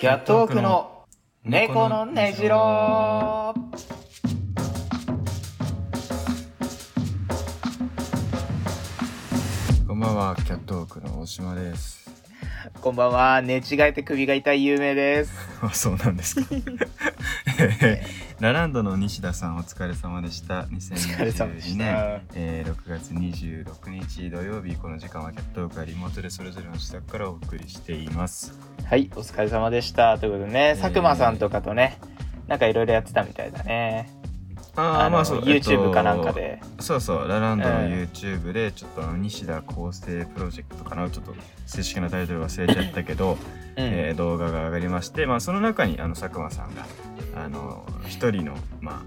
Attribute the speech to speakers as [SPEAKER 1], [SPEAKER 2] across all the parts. [SPEAKER 1] キャットウォークの猫のねじろ
[SPEAKER 2] こんばんは、キャットウォークの大島です。
[SPEAKER 1] こんばんは寝違えて首が痛い有名です
[SPEAKER 2] あ、そうなんですか。 えーラランドの西田さん、お疲れ様でした。
[SPEAKER 1] 疲れ様でし
[SPEAKER 2] 2022
[SPEAKER 1] た
[SPEAKER 2] 年、えー6月26日土曜日、この時間はキャットウォークはリモートでそれぞれの自宅からお送りしています。
[SPEAKER 1] はいお疲れ様でしたということでね佐久間さんとかとねなんかいろいろやってたみたいだね
[SPEAKER 2] あ
[SPEAKER 1] の YouTube かなんか。で、
[SPEAKER 2] そうそう、ラランドの
[SPEAKER 1] うん
[SPEAKER 2] YouTube で、ちょっとあの西田構成プロジェクトかな、ちょっと正式なタイトル忘れちゃったけど、えー動画が上がりまして、まあ、その中にあの佐久間さんがあの一人の、ま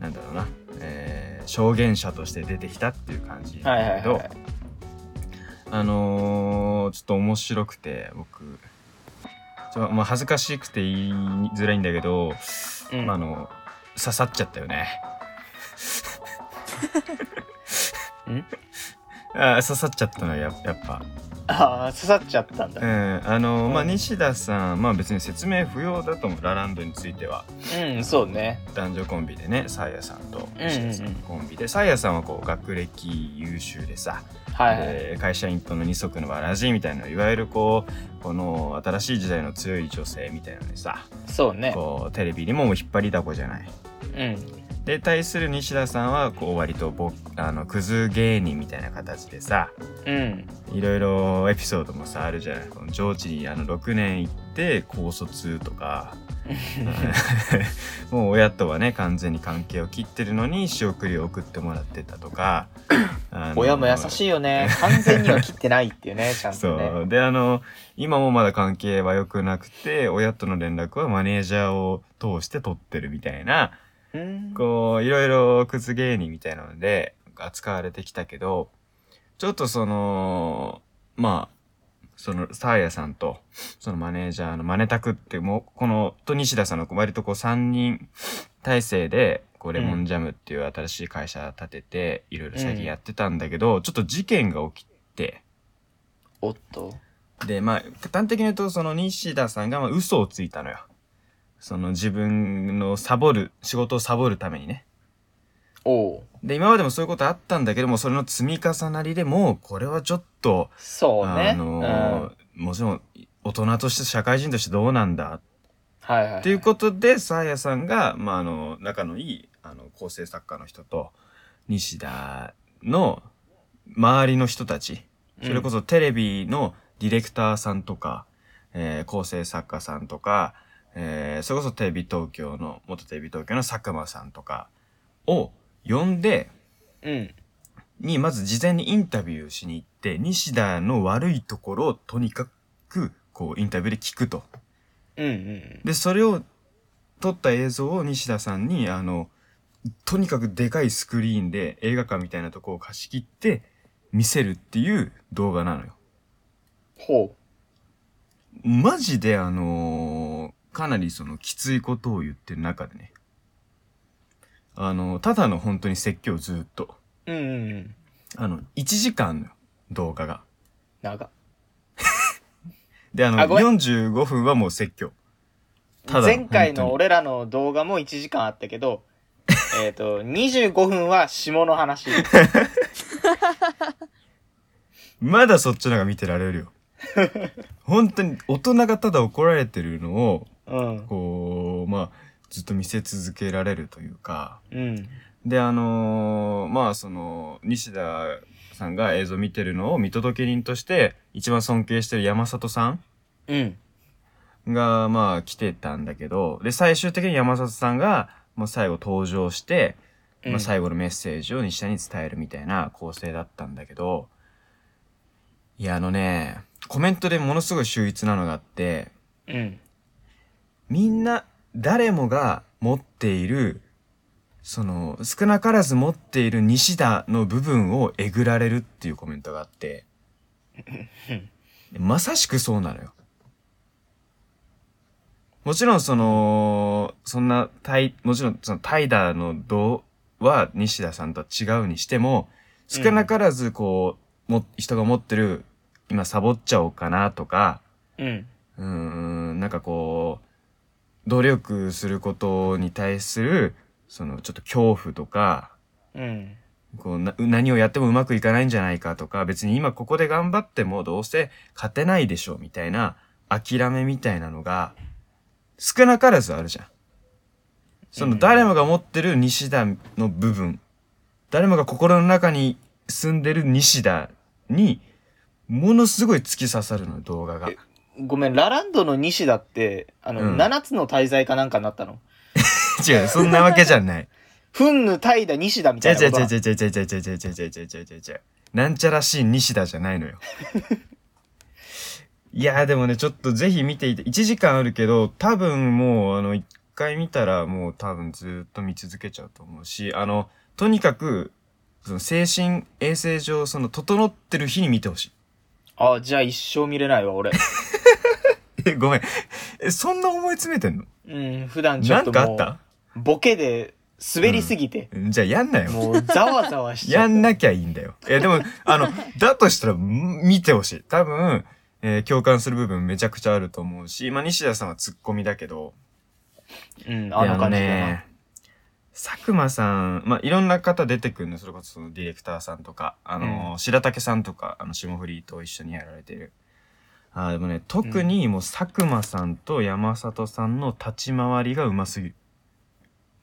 [SPEAKER 2] あ、なんだろうな、えー証言者として出てきたっていう感じ
[SPEAKER 1] うんはいは
[SPEAKER 2] だ
[SPEAKER 1] い
[SPEAKER 2] けど、
[SPEAKER 1] はい
[SPEAKER 2] あのーちょっと面白くて僕ちょ、まあ、恥ずかしくて言いづらいんだけど、
[SPEAKER 1] うん
[SPEAKER 2] まあ、あの刺さっちゃった よね。
[SPEAKER 1] ん
[SPEAKER 2] あー刺さっちゃったのややっぱ。
[SPEAKER 1] あー刺さっちゃったんだ、
[SPEAKER 2] う
[SPEAKER 1] うん
[SPEAKER 2] ん、あのまあ
[SPEAKER 1] うん
[SPEAKER 2] 西田さんまあ別に説明不要だと思うラランドについては
[SPEAKER 1] そうね
[SPEAKER 2] 男女コンビでねサーヤさんと
[SPEAKER 1] うんうん
[SPEAKER 2] 西田さんのコンビでサーヤさんはこう学歴優秀でさ、
[SPEAKER 1] はいはい、
[SPEAKER 2] で会社員との二足のわらじみたいないわゆるこうこの新しい時代の強い女性みたいなのにさ
[SPEAKER 1] そうね
[SPEAKER 2] こうテレビにももう引っ張りだこじゃない。
[SPEAKER 1] うん
[SPEAKER 2] で対する西田さんはこう割とぼあのクズ芸人みたいな形でさ
[SPEAKER 1] うん
[SPEAKER 2] いろいろエピソードもさあるじゃないこの上智にあの6年行って高卒 とかもう親とはね完全に関係を切ってるのに仕送りを送ってもらってた とかあの
[SPEAKER 1] 親も優しいよね完全には切ってないっていう ねちゃんとね
[SPEAKER 2] そうであの今もまだ関係は良くなくて親との連絡はマネージャーを通して取ってるみたいな
[SPEAKER 1] うん
[SPEAKER 2] こういろいろクズ芸人みたいなので扱われてきたけどちょっとそのまあそのサーヤさんとそのマネージャーのマネタクってもうこのと西田さんの割とこう3人体制でこうレモンジャムっていう新しい会社立てていろいろ最近やってたんだけど、ちょっと事件が起きて
[SPEAKER 1] おっと
[SPEAKER 2] でまあ端的に言うとその西田さんがまあ嘘をついたのよその自分のサボる仕事をサボるためにね
[SPEAKER 1] おう
[SPEAKER 2] で今までもそういうことあったんだけどもそれの積み重なりでもうこれはちょっと、
[SPEAKER 1] そうね
[SPEAKER 2] あのーもちろん大人として社会人としてどうなんだ
[SPEAKER 1] はいはいはい
[SPEAKER 2] っていうことでサーヤさんが、まあ、あの仲のいいあの構成作家の人と西田の周りの人たちそれこそテレビのディレクターさんとか、えー構成作家さんとか、えーそれこそテレビ東京の元テレビ東京の佐久間さんとかを呼んで
[SPEAKER 1] うん
[SPEAKER 2] にまず事前にインタビューしに行って西田の悪いところをとにかくこうインタビューで聞くと
[SPEAKER 1] うんうん
[SPEAKER 2] でそれを撮った映像を西田さんにあのとにかくでかいスクリーンで映画館みたいなとこを貸し切って見せるっていう動画なのよ
[SPEAKER 1] ほ
[SPEAKER 2] マジであのーかなりそのきついことを言ってる中でねあのただの本当に説教をずっと
[SPEAKER 1] ううんうんうん
[SPEAKER 2] あの1時間の動画が
[SPEAKER 1] 長
[SPEAKER 2] で、あの、
[SPEAKER 1] あごめん
[SPEAKER 2] 45分はもう説教。ただ
[SPEAKER 1] 前回の
[SPEAKER 2] 本当に
[SPEAKER 1] 俺らの動画も1時間あったけ どえっと25分は下の話
[SPEAKER 2] まだそっちの方が見てられるよ。 本当に大人がただ怒られてるのを、
[SPEAKER 1] うん
[SPEAKER 2] こう、まあ、ずっと見せ続けられるというか。
[SPEAKER 1] うん
[SPEAKER 2] で、あのーまあ、その、西田さんが映像見てるのを見届け人として、一番尊敬してる山里さん
[SPEAKER 1] うん
[SPEAKER 2] が、まあ、来てたんだけど、で、最終的に山里さんが、もう最後登場して、
[SPEAKER 1] う
[SPEAKER 2] まあ、
[SPEAKER 1] ん
[SPEAKER 2] 最後のメッセージを西田に伝えるみたいな構成だったんだけど、いや、あのね、コメントでものすごい秀逸なのがあって、
[SPEAKER 1] うん
[SPEAKER 2] みんな、誰もが持っている、その、少なからず持っている西田の部分をえぐられるっていうコメントがあって、まさしくそうなのよ。もちろんその、そんな、タイ、もちろんそのタイダーの度は西田さんとは違うにしても、少なからずこう、も、人が持ってる、今サボっちゃおうかなとか、
[SPEAKER 1] うん
[SPEAKER 2] うーん、なんかこう、努力することに対する、そのちょっと恐怖とか、
[SPEAKER 1] うん。
[SPEAKER 2] こうな何をやってもうまくいかないんじゃないかとか、別に今ここで頑張ってもどうせ勝てないでしょうみたいな諦めみたいなのが少なからずあるじゃん。その誰もが持ってる西田の部分、誰もが心の中に住んでる西田にものすごい突き刺さるのよ動画が。
[SPEAKER 1] ごめん、ラランドの西田って、あの、
[SPEAKER 2] うん
[SPEAKER 1] 7つの大罪かなんかになったの
[SPEAKER 2] 違う、そんなわけじゃない。
[SPEAKER 1] フンヌ、タイダ、西田み
[SPEAKER 2] 違
[SPEAKER 1] た
[SPEAKER 2] う
[SPEAKER 1] いな
[SPEAKER 2] 違う
[SPEAKER 1] こと
[SPEAKER 2] 違
[SPEAKER 1] な
[SPEAKER 2] う違う違う違う違う違う違う違う違う違う違う。なんちゃらしい西田じゃないのよ。いやーでもね、ちょっとぜひ見ていて、1時間あるけど、多分もう、あの、1回見たらもう多分ずっと見続けちゃうと思うし、あの、とにかく、その精神衛生上、その、整ってる日に見てほしい。
[SPEAKER 1] あ、じゃあ一生見れないわ、俺。
[SPEAKER 2] え、ごめん。え、そんな思い詰めてんの
[SPEAKER 1] うん、普段ちょ
[SPEAKER 2] な
[SPEAKER 1] っ
[SPEAKER 2] ん
[SPEAKER 1] と
[SPEAKER 2] かあ
[SPEAKER 1] も
[SPEAKER 2] っ
[SPEAKER 1] う、
[SPEAKER 2] た
[SPEAKER 1] ボケで滑りすぎて、
[SPEAKER 2] じゃあやんなよ。
[SPEAKER 1] もうざわざわしちゃ
[SPEAKER 2] や
[SPEAKER 1] っ
[SPEAKER 2] んなきゃ いいんだよ。いや、でも、あの、だとしたら、ん見てほしい。多分、えー共感する部分めちゃくちゃあると思うし、まあ、西田さんはツッコミだけど、
[SPEAKER 1] た。うん、あの感じだ
[SPEAKER 2] であの
[SPEAKER 1] な。
[SPEAKER 2] ね佐久間さん、まあ、いろんな方出てくるの、それこそそのディレクターさんとか、あの、白竹さんとか、あの、霜降りと一緒にやられてる。あーでもね、特にもう佐久間さんと山里さんの立ち回りがうますぎる。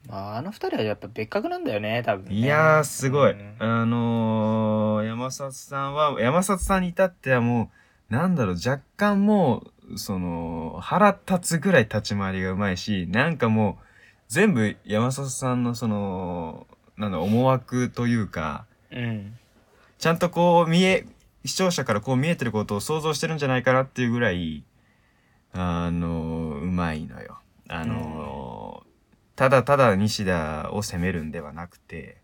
[SPEAKER 1] まあ、あの二人はやっぱ別格なんだよね、多分、ね。
[SPEAKER 2] いやー、すごい。
[SPEAKER 1] うん
[SPEAKER 2] あのー、山里さんは、山里さんに至ってはもう、なんだろう、若干もう、その、腹立つぐらい立ち回りがうまいし、なんかもう、全部山里さんのその、なんだ、思惑というか、
[SPEAKER 1] うん。
[SPEAKER 2] ちゃんとこう見え、視聴者からこう見えてることを想像してるんじゃないかなっていうぐらい、あの、うまいのよ。あの、ただただ西田を責めるんではなくて、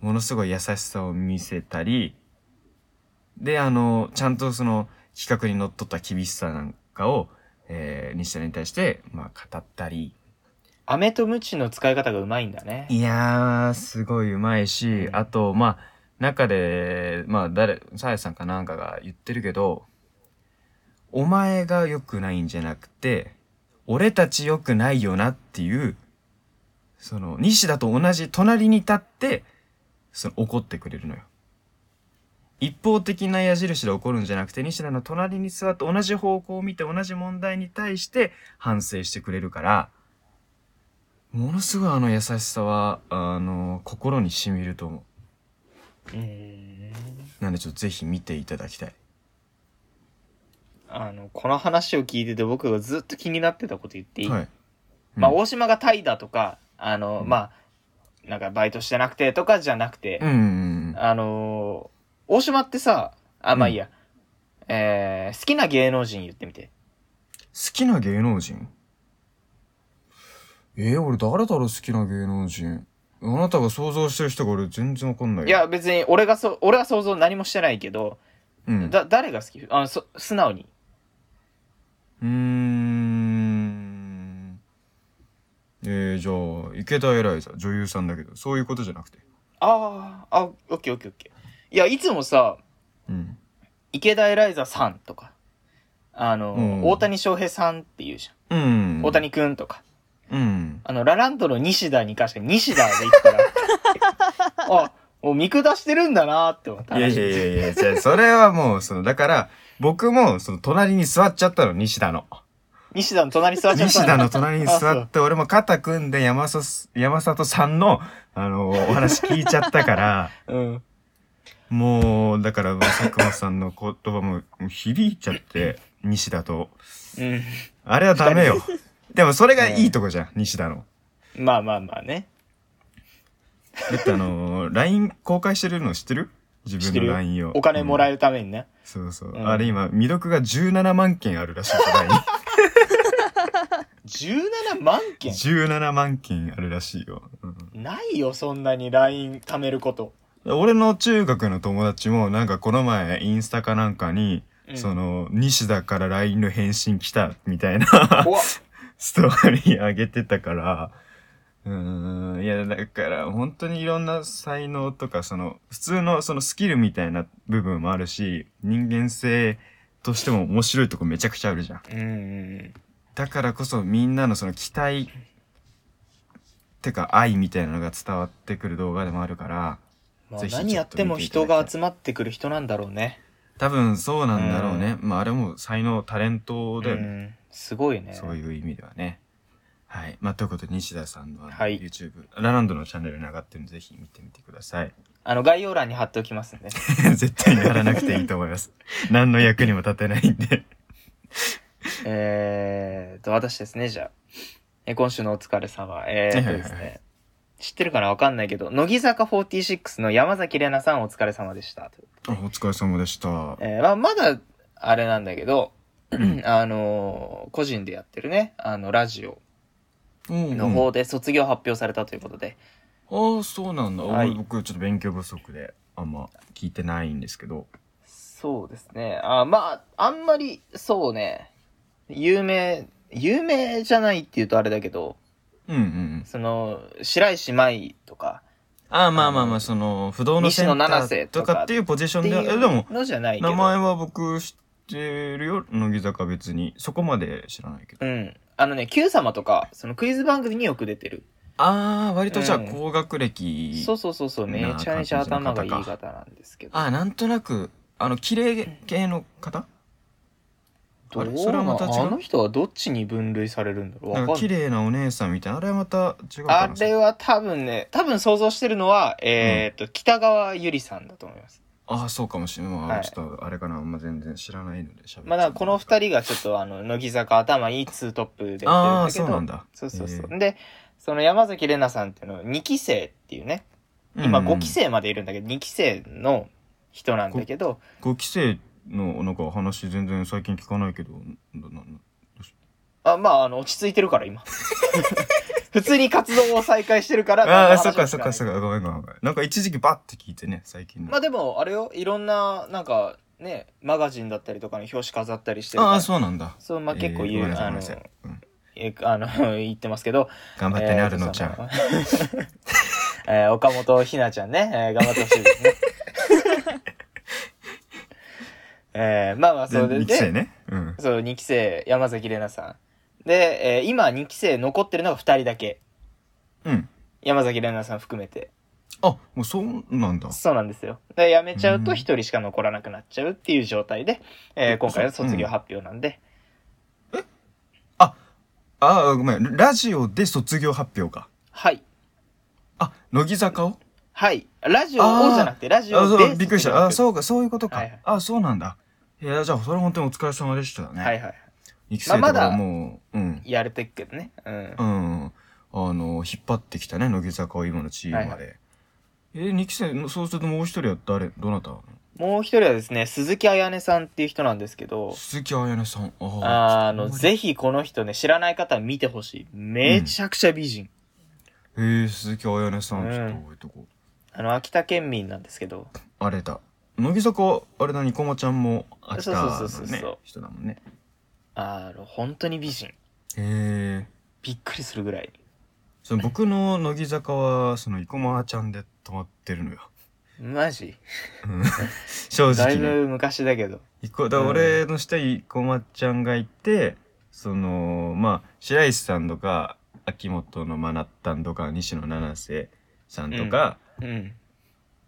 [SPEAKER 2] ものすごい優しさを見せたり、で、あの、ちゃんとその企画にのっとった厳しさなんかを、えー西田に対して、まあ、語ったり、
[SPEAKER 1] 飴とムチの使い方がうまいんだね。
[SPEAKER 2] いやー、すごいうまいし、
[SPEAKER 1] うん
[SPEAKER 2] あと、まあ、中で、まあ、誰、さやさんかなんかが言ってるけど、お前が良くないんじゃなくて、俺たち良くないよなっていう、その、西田と同じ隣に立って、その、怒ってくれるのよ。一方的な矢印で怒るんじゃなくて、西田の隣に座って同じ方向を見て同じ問題に対して反省してくれるから、ものすごいあの優しさは、あの、心に染みると思
[SPEAKER 1] うん。
[SPEAKER 2] う。なんでちょっとぜひ見ていただきたい。
[SPEAKER 1] あの、この話を聞いてて僕がずっと気になってたこと言っていい、
[SPEAKER 2] はい。
[SPEAKER 1] まあ、
[SPEAKER 2] うん
[SPEAKER 1] 大島がタイだとか、あの、
[SPEAKER 2] うん
[SPEAKER 1] まあ、なんかバイトしてなくてとかじゃなくて、
[SPEAKER 2] うんうん
[SPEAKER 1] あのー大島ってさ、あ、まあ
[SPEAKER 2] うん
[SPEAKER 1] いいや、えー好きな芸能人言ってみて。
[SPEAKER 2] 好きな芸能人えー、俺誰だろう好きな芸能人。あなたが想像してる人が俺全然わかんないよ。
[SPEAKER 1] いや、別に俺がそ、俺は想像何もしてないけど、
[SPEAKER 2] うん、
[SPEAKER 1] だ、誰が好きあそ、素直に。
[SPEAKER 2] うーん。えー、じゃあ、池田エライザ、女優さんだけど、そういうことじゃなくて。
[SPEAKER 1] ああ、あ、オッケーオッケーオッケー。いや、いつもさ、
[SPEAKER 2] うん。
[SPEAKER 1] 池田エライザさんとか、あの、
[SPEAKER 2] うん
[SPEAKER 1] 大谷翔平さんって言うじゃ
[SPEAKER 2] うん。
[SPEAKER 1] ん。大。谷くんとか。
[SPEAKER 2] うん。
[SPEAKER 1] あの、ラランドの西田に関して西田で言ったら、 あ、もう見下してるんだなって思った。
[SPEAKER 2] いやいやいやいや、じゃあそれはもう、その、だから、僕も、その、隣に座っちゃったの、西田の。
[SPEAKER 1] 西田の隣座っちゃった。
[SPEAKER 2] 西田の隣に座
[SPEAKER 1] あ
[SPEAKER 2] って、俺も肩組んで山里す、山里さんの、あの、お話聞いちゃったから、
[SPEAKER 1] うん。
[SPEAKER 2] もう、だから、佐久間さんの言葉も響いちゃって、西田と。
[SPEAKER 1] うん。
[SPEAKER 2] あれはダメよ。でも、それがいいとこじゃん、西田の。
[SPEAKER 1] まあまあまあね。
[SPEAKER 2] だって、あの、LINE 公開してるの知ってる自
[SPEAKER 1] 知って
[SPEAKER 2] 分
[SPEAKER 1] る
[SPEAKER 2] の
[SPEAKER 1] よ
[SPEAKER 2] LINE を。
[SPEAKER 1] お金もらえ
[SPEAKER 2] うん
[SPEAKER 1] るためにね。
[SPEAKER 2] そうそう。
[SPEAKER 1] うん
[SPEAKER 2] あれ今、未読が17万件あるらしいから LINE
[SPEAKER 1] 17万件
[SPEAKER 2] 17万件あるらしいよ。うん
[SPEAKER 1] ないよ、そんなに LINE 貯めること。
[SPEAKER 2] 俺の中学の友達もなんかこの前インスタかなんかに、
[SPEAKER 1] うん
[SPEAKER 2] その西田から LINE の返信来たみたい な
[SPEAKER 1] 怖 っ
[SPEAKER 2] ストーリー上げてたからうーんいやだから本当にいろんな才能とかその普通のそのスキルみたいな部分もあるし人間性としても面白いとこめちゃくちゃあるじゃん。
[SPEAKER 1] うんうんうん。
[SPEAKER 2] だからこそみんなのその期待てか愛みたいなのが伝わってくる動画でもあるから
[SPEAKER 1] まあ
[SPEAKER 2] ぜひ
[SPEAKER 1] 何やっても人が集まってくる人なんだろうね。
[SPEAKER 2] 多分そうなんだろうね、まああれも才能タレントだよね、
[SPEAKER 1] ん、すごいね。
[SPEAKER 2] そういう意味ではねはいまあということで西田さんのあの
[SPEAKER 1] はい
[SPEAKER 2] YouTube、ラランドのチャンネルに上がってるんでぜひ見てみてください
[SPEAKER 1] あの、概要欄に貼っておきますんで。
[SPEAKER 2] 絶対にやらなくていいと思います 何の役にも立てないんで
[SPEAKER 1] えーと、私ですね、じゃあ。え今週のお疲れ様。えーとです
[SPEAKER 2] はいはいは
[SPEAKER 1] ね。知ってるかなわかんないけど、乃木坂46の山崎怜奈さんお疲れ様でした。
[SPEAKER 2] あお疲れ様でした
[SPEAKER 1] えーまあ、まだ、あれなんだけど、 あのー個人でやってるね、あの、ラジオの
[SPEAKER 2] の
[SPEAKER 1] 方で卒業発表されたということで、
[SPEAKER 2] ああそうなんだ、
[SPEAKER 1] はい
[SPEAKER 2] 俺僕ちょっと勉強不足であんま聞いてないんですけど
[SPEAKER 1] そうですね。あまあ、あんまり、そうね、有名、有名じゃないっていうとあれだけど、
[SPEAKER 2] うんうんうん
[SPEAKER 1] その、白石舞とか
[SPEAKER 2] ああまあまあ
[SPEAKER 1] あ
[SPEAKER 2] ま
[SPEAKER 1] の
[SPEAKER 2] あその不動のセ
[SPEAKER 1] 西
[SPEAKER 2] ンタ
[SPEAKER 1] 野七瀬
[SPEAKER 2] ー
[SPEAKER 1] と
[SPEAKER 2] と
[SPEAKER 1] か
[SPEAKER 2] かっていうポジショ
[SPEAKER 1] っ
[SPEAKER 2] ン
[SPEAKER 1] て
[SPEAKER 2] で
[SPEAKER 1] い
[SPEAKER 2] はえ
[SPEAKER 1] う
[SPEAKER 2] でも
[SPEAKER 1] のじゃないけど。
[SPEAKER 2] 名前は僕知ってるよ乃木坂別にそこまで知らないけど
[SPEAKER 1] うん。あのね、Q 様とか、そのクイズ番組によく出てる。
[SPEAKER 2] ああ割とじゃあ
[SPEAKER 1] うん
[SPEAKER 2] 高学歴、
[SPEAKER 1] そうそうそうそう、めちゃめちゃ頭がいい方なんですけど。
[SPEAKER 2] ああなんとなくあの綺麗系の方
[SPEAKER 1] どう
[SPEAKER 2] あれそれはまた違う
[SPEAKER 1] あの人はどっちに分類されるんだろう
[SPEAKER 2] な
[SPEAKER 1] わ
[SPEAKER 2] ん
[SPEAKER 1] か
[SPEAKER 2] か
[SPEAKER 1] んな
[SPEAKER 2] 綺
[SPEAKER 1] い。
[SPEAKER 2] 麗なお姉さんみたいなあれはまた違うか
[SPEAKER 1] あ
[SPEAKER 2] な
[SPEAKER 1] れは多分ね、多分想像してるのは、えーっと、北川ゆりさんだと思います。
[SPEAKER 2] ああそうかもしれない、まあ
[SPEAKER 1] はい
[SPEAKER 2] ちょっとあれかなあんま全然知らないので喋って
[SPEAKER 1] まあ、だからこの二人がちょっと、あの、乃木坂頭いいツートップでやってるん
[SPEAKER 2] あ
[SPEAKER 1] だ
[SPEAKER 2] あー
[SPEAKER 1] け
[SPEAKER 2] そうなん
[SPEAKER 1] ど、
[SPEAKER 2] だ
[SPEAKER 1] そうそうそ
[SPEAKER 2] へー
[SPEAKER 1] う。で、その山崎怜奈さんっていうのは2期生っていうね、今
[SPEAKER 2] うんうん
[SPEAKER 1] 5期生までいるんだけど、2期生の人なんだけど、
[SPEAKER 2] 5期生のなんか話全然最近聞かないけどなな
[SPEAKER 1] あ、まあ、あの、落ち着いてるから、 今。普通に活動を再開してるから。
[SPEAKER 2] なあ
[SPEAKER 1] 何
[SPEAKER 2] あ
[SPEAKER 1] の
[SPEAKER 2] そっ
[SPEAKER 1] 話も
[SPEAKER 2] か
[SPEAKER 1] し
[SPEAKER 2] そっ
[SPEAKER 1] ない
[SPEAKER 2] かそっかごめんごめんごめんなんか一時期バッて聞いてね最近の、
[SPEAKER 1] まあでも、あれよ、いろんな、なんか、ね、マガジンだったりとかの表紙飾ったりしてるから。
[SPEAKER 2] ああそうなんだ
[SPEAKER 1] そう、まあ結構
[SPEAKER 2] えー
[SPEAKER 1] 言う、
[SPEAKER 2] ごめんなさい
[SPEAKER 1] あ
[SPEAKER 2] ご
[SPEAKER 1] の
[SPEAKER 2] めんなさい、うん
[SPEAKER 1] えあの、 言ってますけど。
[SPEAKER 2] 頑張ってね、あるのちゃん
[SPEAKER 1] えーとその えー岡本ひなちゃんね、えー頑張ってほしいです ね。えーまあまあ、それ
[SPEAKER 2] で
[SPEAKER 1] で。
[SPEAKER 2] 二期生ねうん
[SPEAKER 1] そう、2期生、山崎怜奈さん。で、えー今2期生残ってるのが2人だけ。
[SPEAKER 2] うん
[SPEAKER 1] 山崎怜奈さん含めて。
[SPEAKER 2] あもうそうなんだ
[SPEAKER 1] そうなんですよ。で、辞めちゃうと
[SPEAKER 2] うん
[SPEAKER 1] 1人しか残らなくなっちゃうっていう状態で、えー
[SPEAKER 2] え
[SPEAKER 1] 今回の
[SPEAKER 2] そう
[SPEAKER 1] 卒業発表なんで、
[SPEAKER 2] ああごめんラジオで卒業発表か
[SPEAKER 1] はい。
[SPEAKER 2] あ乃木坂を
[SPEAKER 1] はい。ラジオをじゃなくて、ラジ
[SPEAKER 2] あ
[SPEAKER 1] オ
[SPEAKER 2] そう
[SPEAKER 1] で。
[SPEAKER 2] びっくりしたあ
[SPEAKER 1] う。
[SPEAKER 2] そうかそういうことか、
[SPEAKER 1] はいはい
[SPEAKER 2] あそうなんだいやじゃあそれは本当にお疲れ様でしたね、
[SPEAKER 1] はいはい。
[SPEAKER 2] 二期生だか
[SPEAKER 1] まあま
[SPEAKER 2] ら
[SPEAKER 1] だ
[SPEAKER 2] もう、うん
[SPEAKER 1] やれてっけどね。うん
[SPEAKER 2] う。ん。あの、引っ張ってきたね、乃木坂を今のチームまで。え、2期生の、そうするともう一人は誰、どなたな
[SPEAKER 1] もう一人はですね、鈴木彩音さんっていう人なんですけ
[SPEAKER 2] の
[SPEAKER 1] ど、
[SPEAKER 2] 鈴木彩音さん。あ
[SPEAKER 1] あの、
[SPEAKER 2] ひ。
[SPEAKER 1] ぜひこの人ね、知らない方は見てほしい。めちゃくちゃ美人。
[SPEAKER 2] えー、鈴木彩音さ、
[SPEAKER 1] うんん
[SPEAKER 2] ちょっと覚えとこ
[SPEAKER 1] あの、秋田県民なんですけど、
[SPEAKER 2] う。あれだ。乃木坂、あれだ、ニコマちゃんも、秋田
[SPEAKER 1] そ
[SPEAKER 2] の
[SPEAKER 1] うそうそうそう
[SPEAKER 2] ね
[SPEAKER 1] そう、
[SPEAKER 2] 人だもんね。
[SPEAKER 1] あの、本当に美人。
[SPEAKER 2] へえ。
[SPEAKER 1] びっくりするぐらい。
[SPEAKER 2] その僕の乃木坂は、その、生駒ちゃんで止まってるのよ。
[SPEAKER 1] マジ
[SPEAKER 2] うん正
[SPEAKER 1] だ
[SPEAKER 2] 直
[SPEAKER 1] い
[SPEAKER 2] ね。
[SPEAKER 1] ぶ昔だけど。
[SPEAKER 2] いこだから俺の下にこまちゃんがいて、そのまあ白石さんとか秋元のマナッタンとか西野七瀬さんとか、
[SPEAKER 1] うん。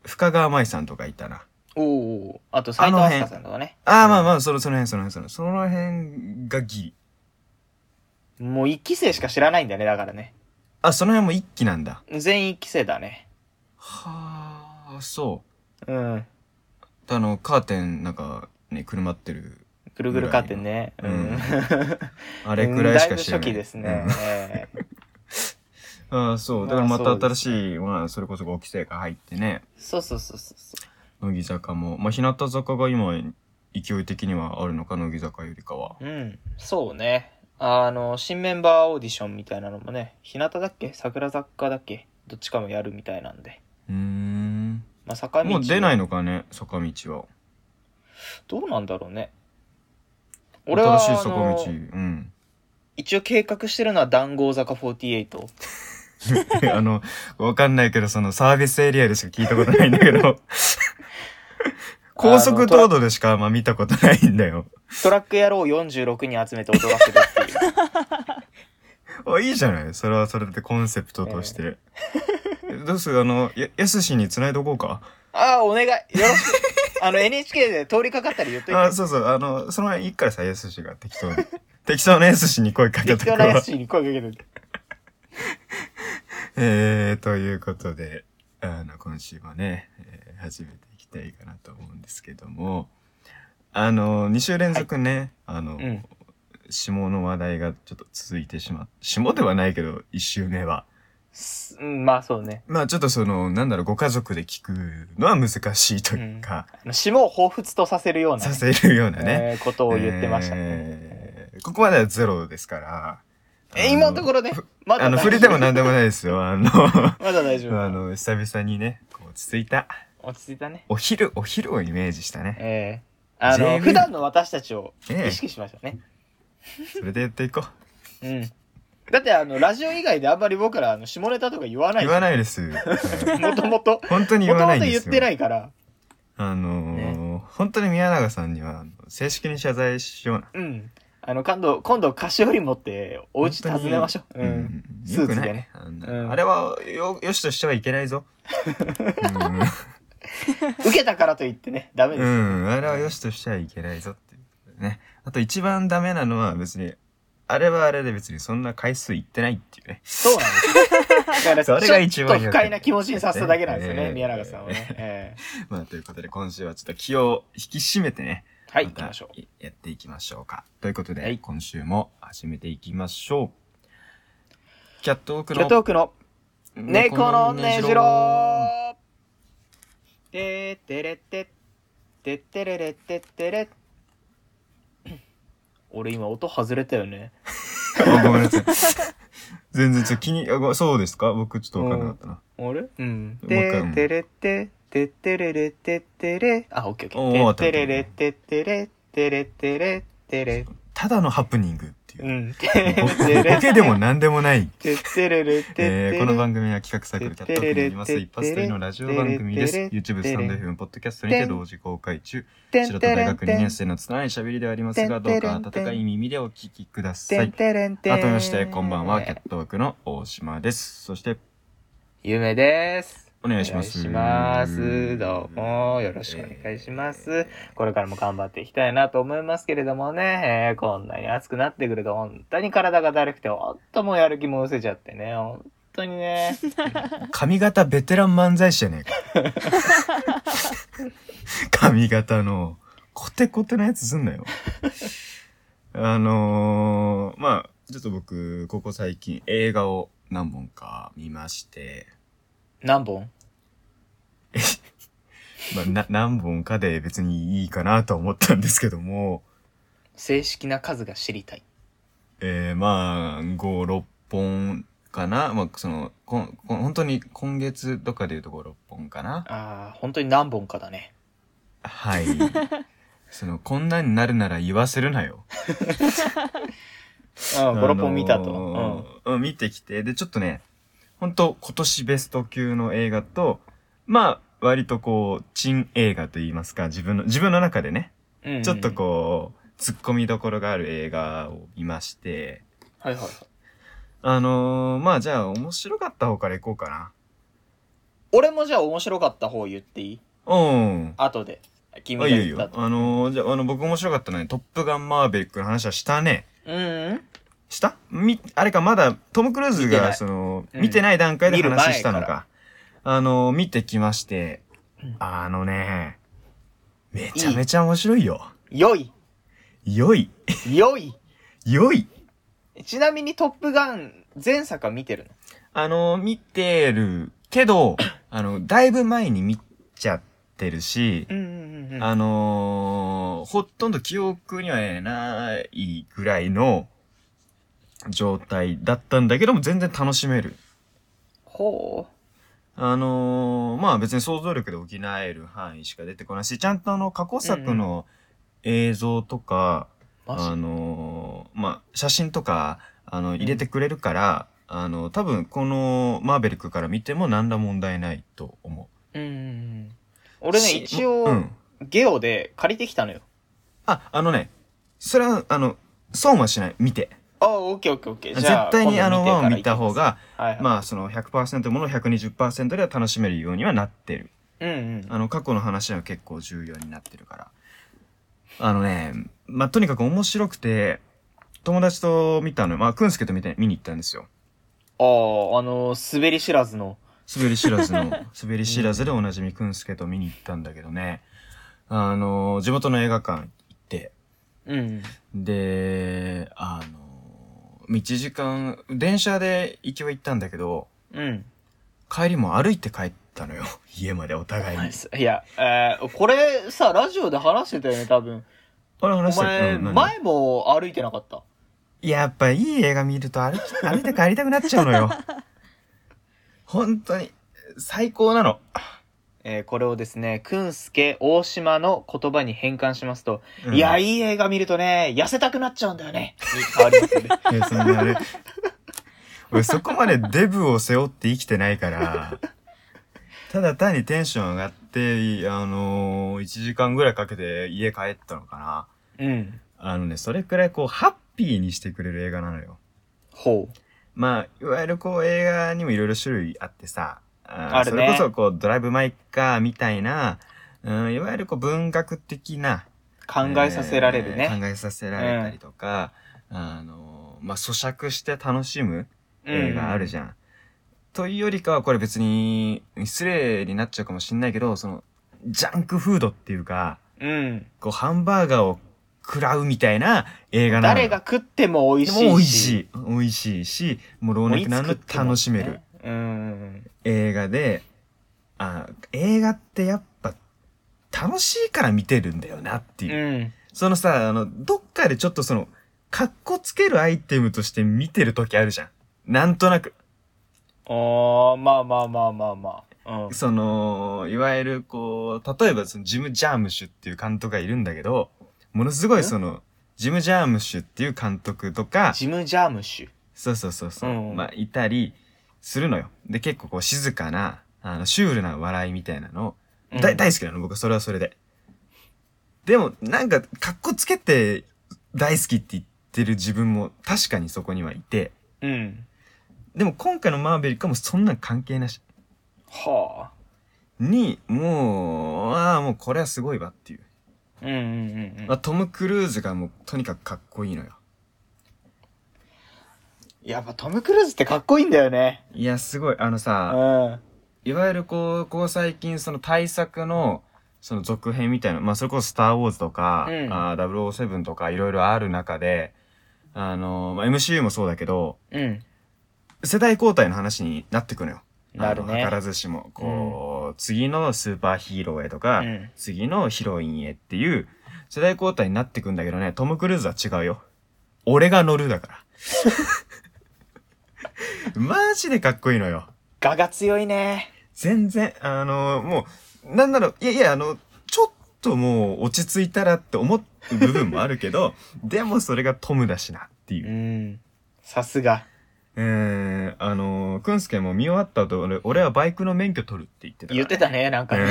[SPEAKER 2] 深川舞さんとかいたな
[SPEAKER 1] おうおうあと斎藤飛鳥さんとかね。
[SPEAKER 2] ああ、
[SPEAKER 1] うん
[SPEAKER 2] まあまあそのその辺その辺そのその辺がギリ
[SPEAKER 1] もう一期生しか知らないんだね、だからね。
[SPEAKER 2] あその辺も一期なんだ
[SPEAKER 1] 全員一期生だね。
[SPEAKER 2] はあそ
[SPEAKER 1] うん。
[SPEAKER 2] うあのカーテンなんかねくるまってる
[SPEAKER 1] ぐるぐるカーテンね。う
[SPEAKER 2] うんん。あれくらいしか知らな
[SPEAKER 1] だいぶ初期
[SPEAKER 2] い、
[SPEAKER 1] ですね。ええ
[SPEAKER 2] うんああそうだからまた新しい、まあ、それこそ5期生が入ってね
[SPEAKER 1] そうそうそうそうそ
[SPEAKER 2] 乃木坂も、まあ、日向坂が今勢い的にはあるのか乃木坂よりかは
[SPEAKER 1] う。うん。そうね。あの、新メンバーオーディションみたいなのもね、日向だっけ桜坂だっけどっちかもやるみたいなんで。
[SPEAKER 2] うーん
[SPEAKER 1] まあ、坂道。
[SPEAKER 2] もう出ないのかね坂道は
[SPEAKER 1] どうなんだろうね。俺は、
[SPEAKER 2] 新しい
[SPEAKER 1] あ
[SPEAKER 2] 坂
[SPEAKER 1] の
[SPEAKER 2] 道うん
[SPEAKER 1] 一応計画してるのは談合坂48。
[SPEAKER 2] あのわかんないけどそのサービスエリアでしか聞いたことないんだ けど高速道路でしかあんま見たことないんだよ
[SPEAKER 1] トラック野郎46人集めて踊らせるっていう。
[SPEAKER 2] あ、いいじゃない。それはそれでコンセプトとして。 どうするあの、や、やすしに繋いどこうか。
[SPEAKER 1] ああ、お願い。よろしく。あ の、NHK で通りかかったら言っとい
[SPEAKER 2] あ、
[SPEAKER 1] て。
[SPEAKER 2] そうそう。あの、その辺いいからさ、やすしが適当に。適当なやすしに声かけ
[SPEAKER 1] 適
[SPEAKER 2] てこ
[SPEAKER 1] 当なや
[SPEAKER 2] う
[SPEAKER 1] つ。に声かけて。
[SPEAKER 2] えー、ということで、あの、今週はね、えー始めていきたいかなと思うんですけども、あの、2週連続ね、あ
[SPEAKER 1] う
[SPEAKER 2] の、
[SPEAKER 1] ん
[SPEAKER 2] 下の話題がちょっと続いてしまう。下ではないけど、1週目は。
[SPEAKER 1] すうん、まあそうね。
[SPEAKER 2] まあちょっとその、なんだろう、ご家族で聞くのは難しいというか、
[SPEAKER 1] あの島を彷彿とさせるような
[SPEAKER 2] さ
[SPEAKER 1] ね、
[SPEAKER 2] せるような
[SPEAKER 1] え
[SPEAKER 2] ね。
[SPEAKER 1] ーことを言ってましたね。
[SPEAKER 2] えーここまではゼロですから。
[SPEAKER 1] え、今のとこ
[SPEAKER 2] ろ、
[SPEAKER 1] ろね、まだ
[SPEAKER 2] あの、
[SPEAKER 1] 大丈夫
[SPEAKER 2] 振りでもなんでもないですよ。あの、
[SPEAKER 1] まだ大丈夫。
[SPEAKER 2] あの、久々にね、こう落ち着いた。
[SPEAKER 1] 落ち着いたね。
[SPEAKER 2] お昼、お昼をイメージしたね。
[SPEAKER 1] ええあの、
[SPEAKER 2] JB
[SPEAKER 1] 普段の私たちを
[SPEAKER 2] ええ
[SPEAKER 1] 意識しましょうね。
[SPEAKER 2] それでやっていこう。
[SPEAKER 1] うん。だって、あの、ラジオ以外であんまり僕ら、あの、下ネタとか言わない
[SPEAKER 2] 言わないです。うん
[SPEAKER 1] もともと。
[SPEAKER 2] 本当に 言
[SPEAKER 1] も
[SPEAKER 2] わ
[SPEAKER 1] と
[SPEAKER 2] な
[SPEAKER 1] もと
[SPEAKER 2] いんで
[SPEAKER 1] 言っ
[SPEAKER 2] す
[SPEAKER 1] てな
[SPEAKER 2] よ。
[SPEAKER 1] いから。
[SPEAKER 2] あのー、本当に宮永さんにはあの正式に謝罪しような。
[SPEAKER 1] うん。あの、今度、今度、菓子折り持って、お家訪ねましょう。うん。ス
[SPEAKER 2] よ
[SPEAKER 1] ー
[SPEAKER 2] く
[SPEAKER 1] ツ
[SPEAKER 2] な
[SPEAKER 1] で
[SPEAKER 2] い
[SPEAKER 1] ね。
[SPEAKER 2] あんな
[SPEAKER 1] うん
[SPEAKER 2] あれはよ、よしとしてはいけな いぞ。
[SPEAKER 1] 受けたからといってね、ダメ
[SPEAKER 2] う
[SPEAKER 1] で
[SPEAKER 2] ん、
[SPEAKER 1] す。
[SPEAKER 2] うんあれはよしとしてはいけないぞっていうことでね。あと一番ダメなのは別に、あれはあれで別にそんな回数いってないっていうね。
[SPEAKER 1] そうなんです。だから、ち
[SPEAKER 2] そ
[SPEAKER 1] ょ
[SPEAKER 2] れが
[SPEAKER 1] っ
[SPEAKER 2] 一
[SPEAKER 1] と
[SPEAKER 2] 番
[SPEAKER 1] 不快な気持ちにさせただけなんですよ
[SPEAKER 2] ええ
[SPEAKER 1] ね、宮永さんはね。ええ
[SPEAKER 2] まあということで今週はちょっと気を引き締めてね、
[SPEAKER 1] はい、
[SPEAKER 2] ま
[SPEAKER 1] 行
[SPEAKER 2] た
[SPEAKER 1] きましょう。
[SPEAKER 2] やっていきましょうか。ということで、
[SPEAKER 1] はい
[SPEAKER 2] 今週も始めていきましょう。キャットオーク
[SPEAKER 1] キャ
[SPEAKER 2] の
[SPEAKER 1] ットオークの猫のねじろーてーてれってってってれれってってれ俺今音外れたよね。
[SPEAKER 2] あごめんなさい。 全然ちょっと気に、あごそうですか僕ちょっとわかんなかったな。
[SPEAKER 1] あれうん。
[SPEAKER 2] もう一
[SPEAKER 1] て
[SPEAKER 2] 回
[SPEAKER 1] ーてれっててってれれってってれ。あ、オッケーオッケ
[SPEAKER 2] おー
[SPEAKER 1] ー。
[SPEAKER 2] わか
[SPEAKER 1] て
[SPEAKER 2] った
[SPEAKER 1] ってれれってってれてれてれてれ。
[SPEAKER 2] ただのハプニングっていうう。
[SPEAKER 1] ん。て
[SPEAKER 2] ボ
[SPEAKER 1] ーてれ
[SPEAKER 2] ボケでも何でもない。
[SPEAKER 1] てってれれてって
[SPEAKER 2] えー、
[SPEAKER 1] れ。
[SPEAKER 2] この番組は企画サークルキャットオークによります
[SPEAKER 1] てれ
[SPEAKER 2] 一発撮りのラジオ番組です。
[SPEAKER 1] てれ
[SPEAKER 2] YouTube、スタンド FM、ポッドキャストにて同時公開中。
[SPEAKER 1] て
[SPEAKER 2] 白
[SPEAKER 1] ん
[SPEAKER 2] と
[SPEAKER 1] て
[SPEAKER 2] 大
[SPEAKER 1] れん
[SPEAKER 2] 学
[SPEAKER 1] て
[SPEAKER 2] 2
[SPEAKER 1] ん
[SPEAKER 2] 年生のつない喋りではありますが、どうか温かい耳でお聞きくださ
[SPEAKER 1] てん
[SPEAKER 2] い。
[SPEAKER 1] てれんてん
[SPEAKER 2] 改めまして、こんばんは、キャットワークの大島です。そして、
[SPEAKER 1] ゆめです。
[SPEAKER 2] お願いします。
[SPEAKER 1] お願いしますどうもよろしくお願いしますこれからも頑張っていきたいなと思いますけれどもね、えーこんなに暑くなってくると本当に体がだるくて、本当もうやる気も失せちゃってね、本当に ね。
[SPEAKER 2] 髪型ベテラン漫才師じ ゃねえか。髪型の、コテコテなやつすんなよ。あのー、まあ、ちょっと僕、ここ最近映画を何本か見まして、
[SPEAKER 1] 何本
[SPEAKER 2] まあ、な何本かで別にいいかなと思ったんですけども、
[SPEAKER 1] 正式な数が知りたい。
[SPEAKER 2] えー、まあ、5、6本かな。まあ、その、こんこん本当に今月とかでいうと5、6本かな。
[SPEAKER 1] ああ、本当に何本かだね。
[SPEAKER 2] はい。その、こんなになるなら言わせるなよ。
[SPEAKER 1] うん、5、6本見た
[SPEAKER 2] あ
[SPEAKER 1] と
[SPEAKER 2] の。ーうん。見てきて、で、ちょっとね、本当今年ベスト級の映画と、まあ、割とこう、珍映画と言いますか、自分の、自分の中でね、
[SPEAKER 1] うん。
[SPEAKER 2] ちょっとこう、突っ込みどころがある映画を見まして、
[SPEAKER 1] うん。はいはい。
[SPEAKER 2] あのー、まあじゃあ面白かった方からいこうかな。
[SPEAKER 1] 俺もじゃあ面白かった方言っていい
[SPEAKER 2] うん。
[SPEAKER 1] 後で。君が
[SPEAKER 2] あ、いいよいい
[SPEAKER 1] 言っ
[SPEAKER 2] よ
[SPEAKER 1] た。と。
[SPEAKER 2] あのー、じゃあ、あの、僕面白かったのはね、トップガンマーベリックの話はしたね。
[SPEAKER 1] うん。
[SPEAKER 2] したみ、あれか、まだトム・クルーズ
[SPEAKER 1] 見てな
[SPEAKER 2] が、
[SPEAKER 1] い
[SPEAKER 2] その、
[SPEAKER 1] うん
[SPEAKER 2] 見てない段階で
[SPEAKER 1] 見る前
[SPEAKER 2] 話したのか。
[SPEAKER 1] か
[SPEAKER 2] あの、見てきまして
[SPEAKER 1] うん、
[SPEAKER 2] あのね、めちゃめちゃ面白いよ。
[SPEAKER 1] 良い。
[SPEAKER 2] 良い。
[SPEAKER 1] 良い。
[SPEAKER 2] 良い。
[SPEAKER 1] ちなみにトップガン前作は見てるの
[SPEAKER 2] あの、見てるけど、あの、だいぶ前に見ちゃってるし、
[SPEAKER 1] うんうんうんうん。
[SPEAKER 2] あのーほとんど記憶にはないぐらいの状態だったんだけども、全然楽しめる。
[SPEAKER 1] ほ
[SPEAKER 2] あのーまあ別に想像力で補える範囲しか出てこないし、ちゃんとあの過去作の映像とか、
[SPEAKER 1] う。マジ
[SPEAKER 2] あのーまあ写真とか、あの、入れてくれるから、あの、多分このマーベリックから見ても何ら問題ないと思う。
[SPEAKER 1] うんうんうん。俺ね、
[SPEAKER 2] し
[SPEAKER 1] 一
[SPEAKER 2] う
[SPEAKER 1] 応、
[SPEAKER 2] ん。
[SPEAKER 1] ゲオで借りてきたのよ。
[SPEAKER 2] あ、あのね、それは、あの、損はしない。見て。
[SPEAKER 1] あ、オッケーオッケーオッケー。
[SPEAKER 2] 絶
[SPEAKER 1] じゃあ
[SPEAKER 2] 対にあ
[SPEAKER 1] 今度
[SPEAKER 2] の
[SPEAKER 1] て
[SPEAKER 2] 輪
[SPEAKER 1] から
[SPEAKER 2] を見た方が、
[SPEAKER 1] はいはい、
[SPEAKER 2] まあその100%ものを120%では楽しめるようにはなってる。
[SPEAKER 1] うんうん。
[SPEAKER 2] あの過去の話は結構重要になってるから。あのね、まあとにかく面白くて、友達と見たの、まあくんすけと見て見に行ったんですよ。
[SPEAKER 1] ああ、あの、滑り知らずの。
[SPEAKER 2] 滑り知ら ずの、滑り知らずでおなじみくんすけと見に行ったんだけどね、あの、地元の映画館行って、
[SPEAKER 1] うん。
[SPEAKER 2] で、あの、1時間、電車で行きは行ったんだけど、
[SPEAKER 1] うん。
[SPEAKER 2] 帰りも歩いて帰ったのよ。 家までお互いに。
[SPEAKER 1] いや、えー、これさ、ラジオで話してたよね、多分。
[SPEAKER 2] あれ話し
[SPEAKER 1] お
[SPEAKER 2] た
[SPEAKER 1] 前、
[SPEAKER 2] うん何
[SPEAKER 1] 前も歩いてなかった。
[SPEAKER 2] やっぱいい映画見ると歩き、 歩いて帰りたくなっちゃうのよ。 本当に、最高なの。
[SPEAKER 1] えーこれをですね、くんすけ大島の言葉に変換しますと、
[SPEAKER 2] うん
[SPEAKER 1] いや、いい映画見るとね、痩せたくなっちゃうんだよね。に変わり ますよね。
[SPEAKER 2] いやそんなあれ。俺そこまでデブを背負って生きてないから、ただ単にテンション上がって、あのー、1時間ぐらいかけて家帰ったのかな。
[SPEAKER 1] うん。
[SPEAKER 2] あのね、それくらいこう、ハッピーにしてくれる映画なのよ。
[SPEAKER 1] ほ
[SPEAKER 2] まあ、いわゆるこう、映画にもいろいろ種類あってさ、あ
[SPEAKER 1] あ
[SPEAKER 2] ー
[SPEAKER 1] る
[SPEAKER 2] そ
[SPEAKER 1] ね
[SPEAKER 2] れこそこう、ドライブ・マイ・カーみたいな、うん、いわゆるこう、文学的な、
[SPEAKER 1] う。考えさせられる
[SPEAKER 2] えー
[SPEAKER 1] ね。
[SPEAKER 2] 考えさせられたりとか、あのー、まあ、咀嚼して楽しむ映画あるじ
[SPEAKER 1] ゃん。
[SPEAKER 2] ゃん。というよりかは、これ別に、失礼になっちゃうかもしんないけど、その、ジャンクフードっていうか、
[SPEAKER 1] うん。
[SPEAKER 2] こう、ハンバーガーを食らうみたいな映画なのよ。
[SPEAKER 1] 誰が食っても美味しいし。
[SPEAKER 2] もう美味しい。美味しいし、もう老
[SPEAKER 1] もう
[SPEAKER 2] 若
[SPEAKER 1] いつ
[SPEAKER 2] 男
[SPEAKER 1] 食
[SPEAKER 2] 女
[SPEAKER 1] っても
[SPEAKER 2] 楽しめる
[SPEAKER 1] ね。うん。
[SPEAKER 2] 映画で、あ映画ってやっぱ楽しいから見てるんだよなって
[SPEAKER 1] う
[SPEAKER 2] いう。
[SPEAKER 1] ん。
[SPEAKER 2] そのさ、あの、どっかでちょっとその、かっこつけるアイテムとして見てる時あるじゃん。なんとなく。
[SPEAKER 1] ああ、まあまあまあまあまあ。うん。
[SPEAKER 2] その、いわゆるこう、例えばそのジム・ジャームシュっていう監督がいるんだけど、ものすごいその、ジム・ジャームシュっていう監督とか、
[SPEAKER 1] ジム・ジャームシュ。
[SPEAKER 2] そうそうそうそう、
[SPEAKER 1] うん
[SPEAKER 2] まあいたりするのよで結構こう静かなあのシュールな笑いみたいなの、
[SPEAKER 1] うん
[SPEAKER 2] だ大好きなの僕はそれはそれででもなんかかっこつけて大好きって言ってる自分も確かにそこにはいて
[SPEAKER 1] うん。
[SPEAKER 2] でも今回のマーベリックはもうそんなん関係なし
[SPEAKER 1] は
[SPEAKER 2] にもうああもうこれはすごいわっていう、
[SPEAKER 1] あ。うんうんうんう
[SPEAKER 2] まあ、
[SPEAKER 1] ん。
[SPEAKER 2] トム・クルーズがもうとにかくかっこいいのよ
[SPEAKER 1] やっぱトム・クルーズってかっこいいんだよね。
[SPEAKER 2] いやすごいあの
[SPEAKER 1] う
[SPEAKER 2] さ、
[SPEAKER 1] ん。
[SPEAKER 2] いわゆるこう、こう最近その対策の、その続編みたいな、まあそれこそスターウォーズとか、
[SPEAKER 1] うん
[SPEAKER 2] あー007とかいろいろある中で、あのーまあ MCU もそうだけど、
[SPEAKER 1] うん。
[SPEAKER 2] 世代交代の話になってくのよ。
[SPEAKER 1] なる
[SPEAKER 2] あの
[SPEAKER 1] ね
[SPEAKER 2] 図。らずしも、こう、次のスーパーヒーローへとか、
[SPEAKER 1] うん
[SPEAKER 2] 次のヒロインへっていう、世代交代になってくんだけどね、トム・クルーズは違うよ。俺が乗る だから。マジでかっこいいのよ。
[SPEAKER 1] 画が強いね。
[SPEAKER 2] 全然、あのもう、なんだろう、いやいや、あの、ちょっともう落ち着いたらって思う部分もあるけ ど、でもそれがトムだしなっていうう。
[SPEAKER 1] ん。さすが。
[SPEAKER 2] えー、あのくんすけも見終わった後、俺俺はバイクの免許取るって言ってたから
[SPEAKER 1] 言ってたね、なんかね。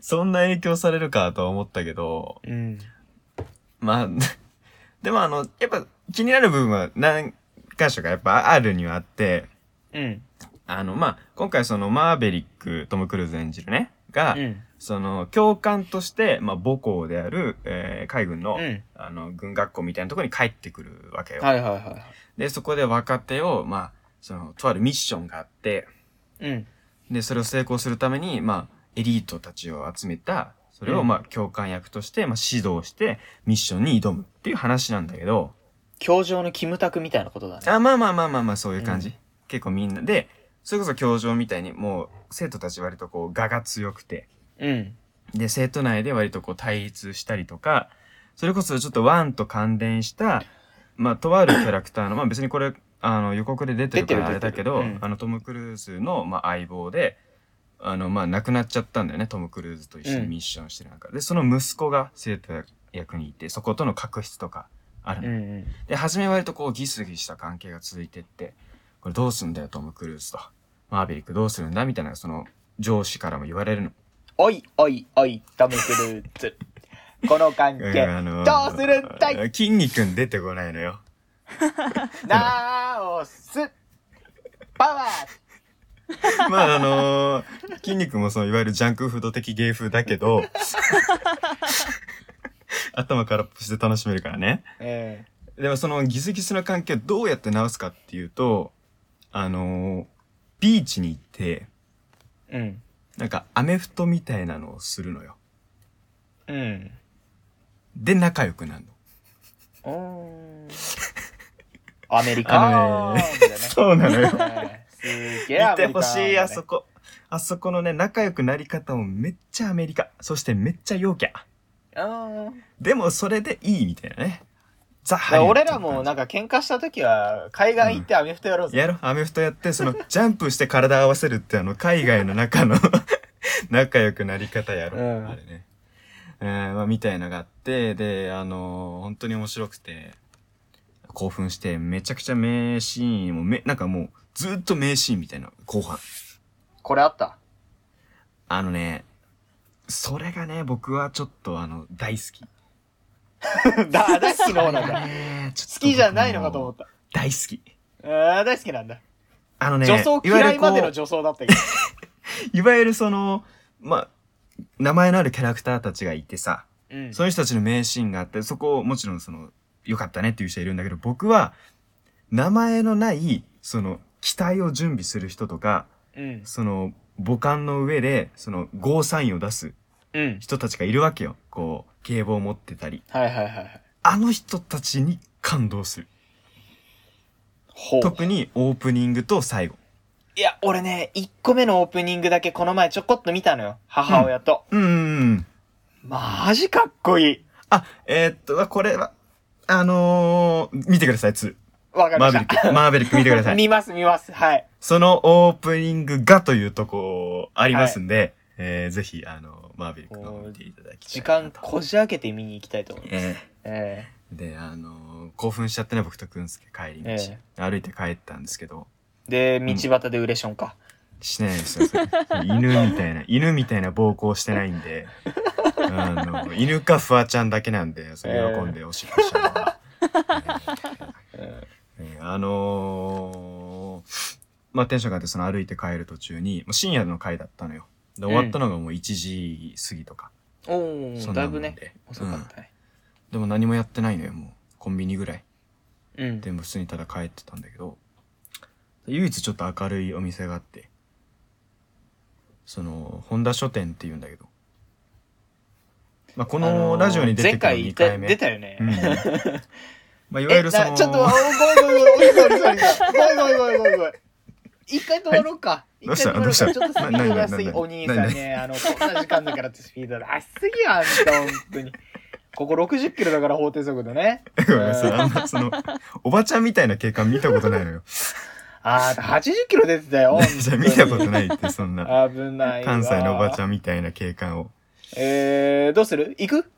[SPEAKER 2] そんな影響されるかとは思ったけど、
[SPEAKER 1] うん。
[SPEAKER 2] まあ、 でもあの、やっぱ気になる部分は何箇所かやっぱあるにはあって、
[SPEAKER 1] うん。
[SPEAKER 2] あの、まあ、今回そのマーベリック、トム・クルーズ演じるね、が、
[SPEAKER 1] うん。
[SPEAKER 2] その教官として、まあ、母校である、えー海軍の,、
[SPEAKER 1] うん。
[SPEAKER 2] あの軍学校みたいなところに帰ってくるわけよ。
[SPEAKER 1] はいはいは
[SPEAKER 2] でそこで若手を、まあ、そのとあるミッションがあって
[SPEAKER 1] い。うん。
[SPEAKER 2] でそれを成功するために、まあ、エリートたちを集めたそれを、
[SPEAKER 1] うん
[SPEAKER 2] まあ、教官役として、まあ、指導してミッションに挑むっていう話なんだけど
[SPEAKER 1] 教場のキムタクみたいなことだね。
[SPEAKER 2] あまあまあまあまあまあそういう感じ、
[SPEAKER 1] う
[SPEAKER 2] 結構みんなでそれこそ教場みたいにもう生徒たち割とこう我が強くて
[SPEAKER 1] うん。
[SPEAKER 2] で、生徒内で割とこう対立したりとか、それこそちょっとワンと関連した、まあ、とあるキャラクターの、まあ別にこれ、あの、予告で出てるからあ
[SPEAKER 1] 出
[SPEAKER 2] れ
[SPEAKER 1] て
[SPEAKER 2] だ
[SPEAKER 1] る
[SPEAKER 2] け
[SPEAKER 1] 出てる
[SPEAKER 2] ど、
[SPEAKER 1] うん
[SPEAKER 2] あの、トム・クルーズの、まあ、相棒で、あの、まあ、亡くなっちゃったんだよね、トム・クルーズと一緒にミッションしてる中で、その息子が生徒役にいて、そことの確執とかある
[SPEAKER 1] うん
[SPEAKER 2] の、
[SPEAKER 1] うん。
[SPEAKER 2] で、初め割とこう、ギスギスした関係が続いてって、これどうすんだよ、トム・クルーズと。マーベリックどうするんだみたいな、その、上司からも言われるの。
[SPEAKER 1] おいおいおい、ダメてるって。この関
[SPEAKER 2] うん
[SPEAKER 1] 係。
[SPEAKER 2] あの
[SPEAKER 1] どうするんだい
[SPEAKER 2] 筋肉出てこないのよ。
[SPEAKER 1] なおすパワー
[SPEAKER 2] まああのー、筋肉もそのいわゆるジャンクフード的芸風だけど 頭からっぽして楽しめるからね
[SPEAKER 1] え
[SPEAKER 2] でもそのギスギスの関係をどうやって直すかっていうとあのー、ビーチに行って
[SPEAKER 1] えうん。
[SPEAKER 2] なんかアメフトみたいなのをするのよ
[SPEAKER 1] うん。
[SPEAKER 2] で仲良くなるの
[SPEAKER 1] おーアメリ
[SPEAKER 2] あ
[SPEAKER 1] カーン
[SPEAKER 2] のね
[SPEAKER 1] だね。
[SPEAKER 2] そうなのよ
[SPEAKER 1] ええす げえアメ
[SPEAKER 2] 見て
[SPEAKER 1] リカ
[SPEAKER 2] ほしいあそ
[SPEAKER 1] こ。
[SPEAKER 2] こあそこのね仲良くなり方もめっちゃアメリカそしてめっちゃ陽キャ
[SPEAKER 1] うん。
[SPEAKER 2] でもそれでいいみたいなねザ・
[SPEAKER 1] だ
[SPEAKER 2] ハ
[SPEAKER 1] か
[SPEAKER 2] リ
[SPEAKER 1] ら
[SPEAKER 2] ウッド
[SPEAKER 1] 俺
[SPEAKER 2] の感じ
[SPEAKER 1] らもなんか喧嘩した時は海岸行ってアメフトやろうぜ。
[SPEAKER 2] やろアメフトやってその ジャンプして体合わせるってあの海外の中の 仲良くなり方やろ、
[SPEAKER 1] うん
[SPEAKER 2] あれね、えーまあ、みたいのがあってであのー本当に面白くて興奮してめちゃくちゃ名シーンもめなんかもうずっと名シーンみたいな後半
[SPEAKER 1] これあった。
[SPEAKER 2] あのねそれがね僕はちょっとあの大好き
[SPEAKER 1] だ、大好きの方なんだ。
[SPEAKER 2] ねちょっと
[SPEAKER 1] 好きじゃないのかと思った。
[SPEAKER 2] 大好き
[SPEAKER 1] あー大好きなんだ。
[SPEAKER 2] あのね
[SPEAKER 1] 女装
[SPEAKER 2] いわゆ
[SPEAKER 1] 嫌
[SPEAKER 2] る
[SPEAKER 1] いまで
[SPEAKER 2] こ
[SPEAKER 1] の
[SPEAKER 2] う
[SPEAKER 1] 女装だったけど。
[SPEAKER 2] いわゆるその、まあ、名前のあるキャラクターたちがいてさ、
[SPEAKER 1] うん。
[SPEAKER 2] その人たちの名シーンがあって、そこをもちろんその、良かったねっていう人いるんだけど、僕は、名前のない、その、機体を準備する人とか、
[SPEAKER 1] うん。
[SPEAKER 2] その、母艦の上で、その、ゴーサインを出す
[SPEAKER 1] うん。
[SPEAKER 2] 人たちがいるわけよ。こう、警棒を持ってたり。
[SPEAKER 1] はいはいはいはい。
[SPEAKER 2] あの人たちに感動する。
[SPEAKER 1] ほう。
[SPEAKER 2] 特にオープニングと最後。
[SPEAKER 1] いや、俺ね、1個目のオープニングだけこの前ちょこっと見たのよ。母親と。
[SPEAKER 2] うーん。
[SPEAKER 1] マジかっこいい。
[SPEAKER 2] あ、えーっと、これは、あのー、見てください、2。
[SPEAKER 1] わかり
[SPEAKER 2] マ
[SPEAKER 1] まし
[SPEAKER 2] ーベ
[SPEAKER 1] た
[SPEAKER 2] リ。ック、マーベリック見てください。
[SPEAKER 1] 見ます見ます。はい。
[SPEAKER 2] そのオープニングがというとこありますんで、えーぜひ、あの、マーベリックの方を見ていただき
[SPEAKER 1] 時
[SPEAKER 2] たいな
[SPEAKER 1] 間
[SPEAKER 2] と。
[SPEAKER 1] こじ開けて見に行きたいと思います。
[SPEAKER 2] え
[SPEAKER 1] え
[SPEAKER 2] ーで、あの、興奮しちゃってね、僕とくんすけ帰り道、
[SPEAKER 1] え
[SPEAKER 2] 歩いて帰ったんですけど、
[SPEAKER 1] えで、道端でウレションか。
[SPEAKER 2] しないですよ、それ犬みたいな、犬みたいな暴行してないんで、あの、犬かフワちゃんだけなんで、それ喜んでおしっこしたのは。
[SPEAKER 1] うん
[SPEAKER 2] えーあのーまあテンションが上がってその歩いて帰る途中に、もう深夜の回だったのよ。で終わったのがもう1時過ぎとか。
[SPEAKER 1] お
[SPEAKER 2] そ
[SPEAKER 1] ー、
[SPEAKER 2] んな
[SPEAKER 1] だい
[SPEAKER 2] も
[SPEAKER 1] ぶ
[SPEAKER 2] んで
[SPEAKER 1] ね、遅かったね。
[SPEAKER 2] うんでも何もやってないのよ、もう。コンビニぐらい。
[SPEAKER 1] うん。
[SPEAKER 2] でも普通にただ帰ってたんだけど、唯一ちょっと明るいお店があって、その、本田書店って言うんだけど。まあこ
[SPEAKER 1] あの
[SPEAKER 2] の
[SPEAKER 1] ー
[SPEAKER 2] ラジオに出て
[SPEAKER 1] 前
[SPEAKER 2] くる
[SPEAKER 1] 回
[SPEAKER 2] 2
[SPEAKER 1] いた
[SPEAKER 2] 回目。
[SPEAKER 1] 出たよね。
[SPEAKER 2] うんまあいわ
[SPEAKER 1] え、
[SPEAKER 2] ゆるそ
[SPEAKER 1] な
[SPEAKER 2] の、
[SPEAKER 1] ちょっと、ごめんごめんごめんごめんごめんごめんごめんごめんごめんごめんごめん。一回止まろうか。一
[SPEAKER 2] どう
[SPEAKER 1] 回
[SPEAKER 2] し
[SPEAKER 1] 止
[SPEAKER 2] た
[SPEAKER 1] まろうか。ちょっ
[SPEAKER 2] どうした
[SPEAKER 1] とスピードがすぎ
[SPEAKER 2] なななな
[SPEAKER 1] お兄さんね、あの、こんな時間だからってスピード出しすぎやん、ほんとに。ここ60キロだから法定速度ね。
[SPEAKER 2] ごめんなさい、あんまその、おばちゃんみたいな景観見たことない のよ。
[SPEAKER 1] あー、80キロ出てたよ。
[SPEAKER 2] じゃあ見たことないって、そんな。
[SPEAKER 1] 危ないわ。
[SPEAKER 2] 関西のおばち
[SPEAKER 1] ん。
[SPEAKER 2] ゃんみたいな景観を。
[SPEAKER 1] えー、どうする行く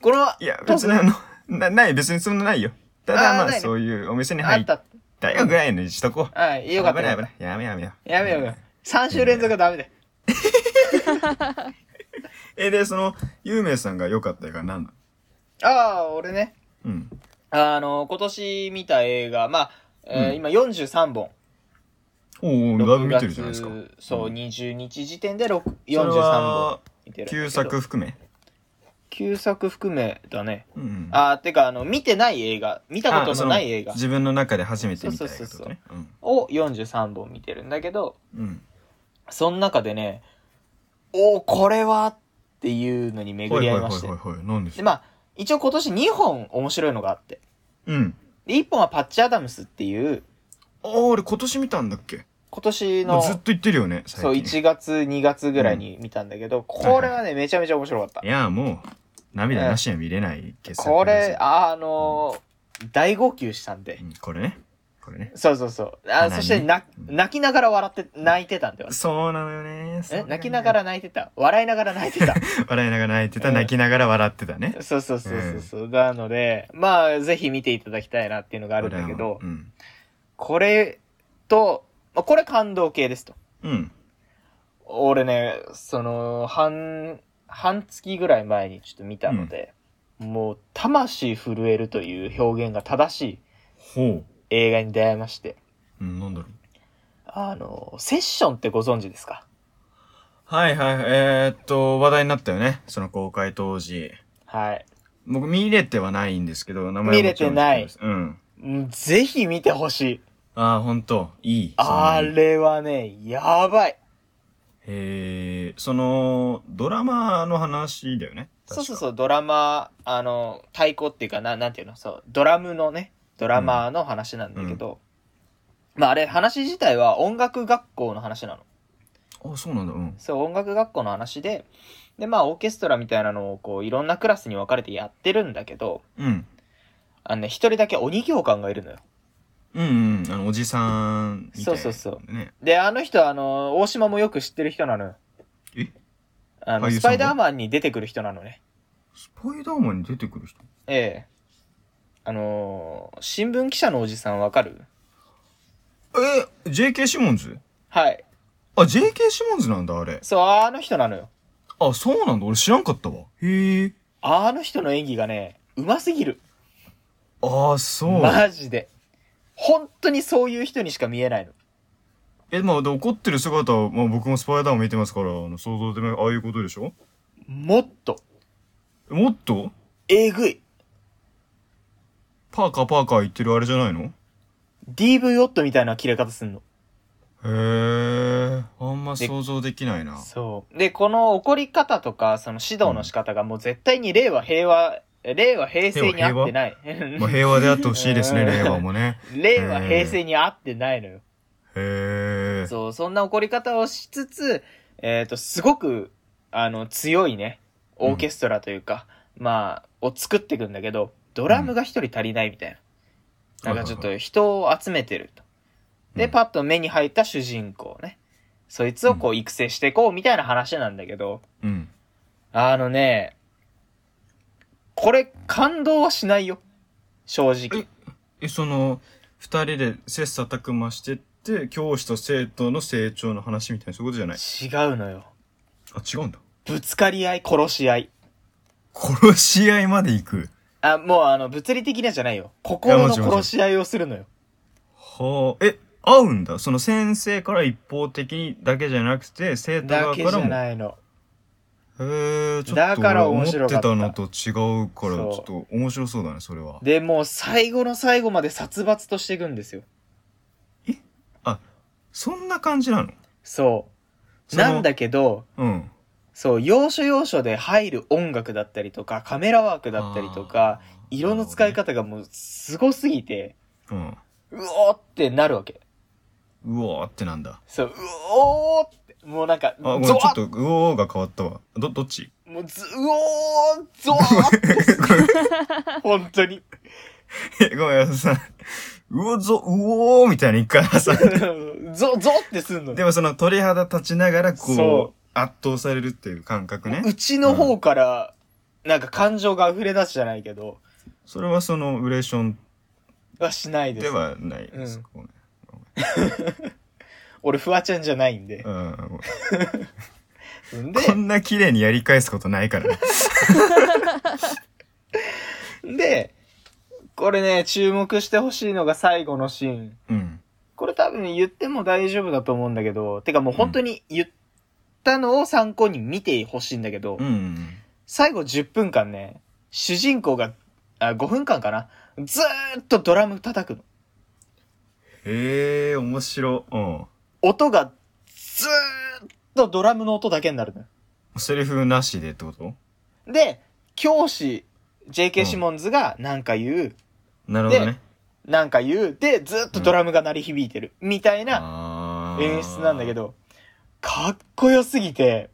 [SPEAKER 1] これはい
[SPEAKER 2] や、別にあの、な、ない、別にそんなないよ。ただ
[SPEAKER 1] あー
[SPEAKER 2] まあ、
[SPEAKER 1] ないね
[SPEAKER 2] そういうお店に
[SPEAKER 1] あ
[SPEAKER 2] 入
[SPEAKER 1] っ
[SPEAKER 2] った
[SPEAKER 1] た。
[SPEAKER 2] たよぐらいのにしとこう。
[SPEAKER 1] はい、よかった
[SPEAKER 2] 危
[SPEAKER 1] よか
[SPEAKER 2] ない
[SPEAKER 1] っ
[SPEAKER 2] 危
[SPEAKER 1] た
[SPEAKER 2] ない。やめようやめよう。
[SPEAKER 1] やめようよ。3週連続はダメだよ。
[SPEAKER 2] え、で、その、ゆうめいさんが良かった映画何なの
[SPEAKER 1] ああ、俺ね。
[SPEAKER 2] うん。
[SPEAKER 1] あの、今年見た映画、まあ、えー、
[SPEAKER 2] うん
[SPEAKER 1] 今43本。
[SPEAKER 2] おお、だいぶ
[SPEAKER 1] 6
[SPEAKER 2] 見
[SPEAKER 1] 月
[SPEAKER 2] てるじゃないですか。
[SPEAKER 1] そう、
[SPEAKER 2] うん
[SPEAKER 1] 20日時点で6
[SPEAKER 2] それ
[SPEAKER 1] 43本
[SPEAKER 2] は
[SPEAKER 1] 見てるんだけど。
[SPEAKER 2] 旧作含め。
[SPEAKER 1] 旧作含めだね。
[SPEAKER 2] うんうん。
[SPEAKER 1] あー、てか、あの、見てない映画、見たこと
[SPEAKER 2] あそ
[SPEAKER 1] のない映画
[SPEAKER 2] 自分の中で初めて見た映画っ
[SPEAKER 1] そ
[SPEAKER 2] て
[SPEAKER 1] うそ
[SPEAKER 2] こ
[SPEAKER 1] うそ
[SPEAKER 2] と
[SPEAKER 1] う
[SPEAKER 2] ね。うん
[SPEAKER 1] を43本見てるんだけど、
[SPEAKER 2] うん。
[SPEAKER 1] その中でね、おーこれはっていうのに巡
[SPEAKER 2] ほい
[SPEAKER 1] り
[SPEAKER 2] ほ
[SPEAKER 1] 合
[SPEAKER 2] い
[SPEAKER 1] いま
[SPEAKER 2] ほい
[SPEAKER 1] して
[SPEAKER 2] ほい。ほい。何でし
[SPEAKER 1] で、
[SPEAKER 2] ょ
[SPEAKER 1] まあ、一応今年2本面白いのがあって。
[SPEAKER 2] う。うん。
[SPEAKER 1] で、1本はパッチ・アダムスっていう、
[SPEAKER 2] ああ、俺今年見たんだっけ
[SPEAKER 1] 今年
[SPEAKER 2] も
[SPEAKER 1] の
[SPEAKER 2] う、ずっと言ってるよね、最
[SPEAKER 1] そう、
[SPEAKER 2] 近。
[SPEAKER 1] 1月、2月ぐらいに見たんだけど、これはね、めちゃめちゃ面白かった
[SPEAKER 2] い。や、もう、涙なしには見れない傑作
[SPEAKER 1] これ、
[SPEAKER 2] あ、
[SPEAKER 1] あのー大号泣したんで
[SPEAKER 2] う。んこれね。これね。
[SPEAKER 1] そうそうそう。
[SPEAKER 2] 花
[SPEAKER 1] あ
[SPEAKER 2] に
[SPEAKER 1] そしてな、泣きながら笑って、泣いてたんだよ。
[SPEAKER 2] そうなのよね。そう
[SPEAKER 1] え
[SPEAKER 2] なのよ
[SPEAKER 1] 泣きなが。ら泣いてた。笑いながら泣いて た。
[SPEAKER 2] 笑いながら泣いてた、
[SPEAKER 1] うん
[SPEAKER 2] 泣きながら笑ってたね。
[SPEAKER 1] そうそうそうそうそう。なので、まあ、ぜひ見ていただきたいなっていうのがあるんだけど
[SPEAKER 2] こ、れはうん。
[SPEAKER 1] これと、まあこれ感動系ですと。
[SPEAKER 2] うん。
[SPEAKER 1] 俺ね、その、半、半月ぐらい前にちょっと見たので、もう魂震えるという表現が正しい
[SPEAKER 2] ほ
[SPEAKER 1] 映画に出会いまして、
[SPEAKER 2] う。うん、なんだろう。
[SPEAKER 1] あの、セッションってご存知ですか
[SPEAKER 2] はいはい、えー、っと、話題になったよね。その公開当時。
[SPEAKER 1] はい。
[SPEAKER 2] 僕見れてはないんですけど、名前は
[SPEAKER 1] 見れてない
[SPEAKER 2] もちろん知ってます。うん。
[SPEAKER 1] うんぜひ見てほしい。
[SPEAKER 2] ああ、ほんと、いい。
[SPEAKER 1] あ
[SPEAKER 2] そんなに
[SPEAKER 1] れはね、やばい。
[SPEAKER 2] へえ、その、ドラマの話だよね。
[SPEAKER 1] そうそう
[SPEAKER 2] う。
[SPEAKER 1] そう、ドラマ、あの、太鼓っていうかな、なんていうの、そう、ドラムのね、ドラマーの話なんだけど、まああれ、話自体は音楽学校の話なの。
[SPEAKER 2] あ、そうなんだ、うん。
[SPEAKER 1] そう、音楽学校の話で、で、まあ、オーケストラみたいなのを、こう、いろんなクラスに分かれてやってるんだけど、
[SPEAKER 2] うん。
[SPEAKER 1] あのね、一人だけ鬼教官がいるのよ。
[SPEAKER 2] うんうん、あの、おじさんみたいな、
[SPEAKER 1] そうそう
[SPEAKER 2] う。ね。
[SPEAKER 1] で、あの人は、あの、大島もよく知ってる人なのよ。
[SPEAKER 2] え
[SPEAKER 1] あの、
[SPEAKER 2] 俳優さんが
[SPEAKER 1] スパイダーマンに出てくる人なのね。
[SPEAKER 2] スパイダーマンに出てくる人
[SPEAKER 1] ええ。あのー新聞記者のおじさんわかる
[SPEAKER 2] え、JK シモンズ
[SPEAKER 1] はい。
[SPEAKER 2] あ、JK シモンズなんだ、あれ。
[SPEAKER 1] そう、あの人なのよ。
[SPEAKER 2] あ、そうなんだ、俺知らんかったわ。へえ。
[SPEAKER 1] あの人の演技がね、うますぎる。
[SPEAKER 2] ああ、そう。
[SPEAKER 1] マジで。本当にそういう人にしか見えないの。
[SPEAKER 2] え、まあ、で怒ってる姿は、まあ、僕もスパイダーマン見てますから、あの想像でね、ああいうことでしょ
[SPEAKER 1] もっと、
[SPEAKER 2] もっと
[SPEAKER 1] えぐい。
[SPEAKER 2] パーカーパーカー言ってるあれじゃないの
[SPEAKER 1] DV オットみたいな切れ方すんの。
[SPEAKER 2] へえ、あんま
[SPEAKER 1] で
[SPEAKER 2] 想像できないな。
[SPEAKER 1] そう。で、この怒り方とか、その指導の仕方がもう絶対に令和、平和、令和、平成に合ってない。
[SPEAKER 2] まあ、平和であってほしいですね、
[SPEAKER 1] うん
[SPEAKER 2] 令和もね。
[SPEAKER 1] 令和、平成に合ってないのよ。
[SPEAKER 2] へえ。
[SPEAKER 1] そう、そんな怒り方をしつつ、えっ、と、すごく、あの、強いね、オーケストラというか、まあ、を作っていくんだけど、ドラムが一人足りないみたいな。なんかちょっと人を集めてると。で、パッと目に入った主人公ね。そいつをこう育成していこうみたいな話なんだけど、
[SPEAKER 2] うん。
[SPEAKER 1] あのね、これ感動はしないよ。正直
[SPEAKER 2] え。え、その、二人で切磋琢磨してって、教師と生徒の成長の話みたいな、そういうことじゃない
[SPEAKER 1] 違うのよ。
[SPEAKER 2] あ、違うんだ。
[SPEAKER 1] ぶつかり合い、殺し合い。
[SPEAKER 2] 殺し合いまで行く。
[SPEAKER 1] あ、もうあの、物理的なじゃないよ。心の殺し合いをするのよ。
[SPEAKER 2] はあ、え、合うんだその先生から一方的にだけじゃなくて、生徒
[SPEAKER 1] だ
[SPEAKER 2] 側
[SPEAKER 1] け
[SPEAKER 2] か
[SPEAKER 1] じ
[SPEAKER 2] ら
[SPEAKER 1] ゃ
[SPEAKER 2] も。
[SPEAKER 1] ないの。
[SPEAKER 2] へえ、ちょっ
[SPEAKER 1] だ
[SPEAKER 2] と
[SPEAKER 1] から
[SPEAKER 2] 俺
[SPEAKER 1] 面
[SPEAKER 2] 思っ
[SPEAKER 1] 白
[SPEAKER 2] て
[SPEAKER 1] かった
[SPEAKER 2] たのと違うから、ち
[SPEAKER 1] そう
[SPEAKER 2] ょっと面白そうだね、それは。
[SPEAKER 1] で、もう最後の最後まで殺伐としていくんですよ。
[SPEAKER 2] そんな感じなの
[SPEAKER 1] そう。
[SPEAKER 2] その
[SPEAKER 1] なんだけど、
[SPEAKER 2] うん。
[SPEAKER 1] そう、要所要所で入る音楽だったりとか、カメラワークだったりとか、
[SPEAKER 2] あー
[SPEAKER 1] 色の使い、方がもうすごすぎて、
[SPEAKER 2] なるほど
[SPEAKER 1] う
[SPEAKER 2] ね
[SPEAKER 1] おーってなるわけ。
[SPEAKER 2] うん。うわーってなんだ。
[SPEAKER 1] そう、うおーって、もうなんか、ゾ
[SPEAKER 2] あ、ご
[SPEAKER 1] ワ
[SPEAKER 2] めん、ちょっ
[SPEAKER 1] ッ
[SPEAKER 2] と、うおーが変わったわ。ど、どっち
[SPEAKER 1] もうず、うおーゾワッってする 本当に。
[SPEAKER 2] えごめん、さ、うおぞ、うおーみたいな一回さ、
[SPEAKER 1] ゾ、ゾってすんのよ
[SPEAKER 2] でもその鳥肌立ちながら、
[SPEAKER 1] そ
[SPEAKER 2] こう、圧倒されるっていう感覚ね。
[SPEAKER 1] うちの方から、なんか感情が溢れ出すじゃないけど、
[SPEAKER 2] それはその、ウレーション
[SPEAKER 1] はしないで。
[SPEAKER 2] ですはないです。
[SPEAKER 1] うん
[SPEAKER 2] ごめん
[SPEAKER 1] 俺、フワちゃんじゃないんで。
[SPEAKER 2] うんごめんこ
[SPEAKER 1] で、
[SPEAKER 2] んな綺麗にやり返すことないからね。
[SPEAKER 1] で、これね、注目してほしいのが最後のシーン。
[SPEAKER 2] うん。
[SPEAKER 1] これ多分言っても大丈夫だと思うんだけど、てかもう本当に言ったのを参考に見てほしいんだけど、
[SPEAKER 2] うんうん。
[SPEAKER 1] 最後10分間ね、主人公が、あ、5分間かなずーっとドラム叩くの。
[SPEAKER 2] へえ、面白。うん。
[SPEAKER 1] 音がずーっとドラムの音だけになるのよ。
[SPEAKER 2] セリフなしでってこと
[SPEAKER 1] で、教師、
[SPEAKER 2] う
[SPEAKER 1] JK
[SPEAKER 2] ん
[SPEAKER 1] シモンズがなんか言う、
[SPEAKER 2] なるほど
[SPEAKER 1] で
[SPEAKER 2] ね。
[SPEAKER 1] なんか言う、で、ずっとドラムが鳴り響いてる、みたいな
[SPEAKER 2] あー
[SPEAKER 1] 演出なんだけ。ど、かっこよすぎて、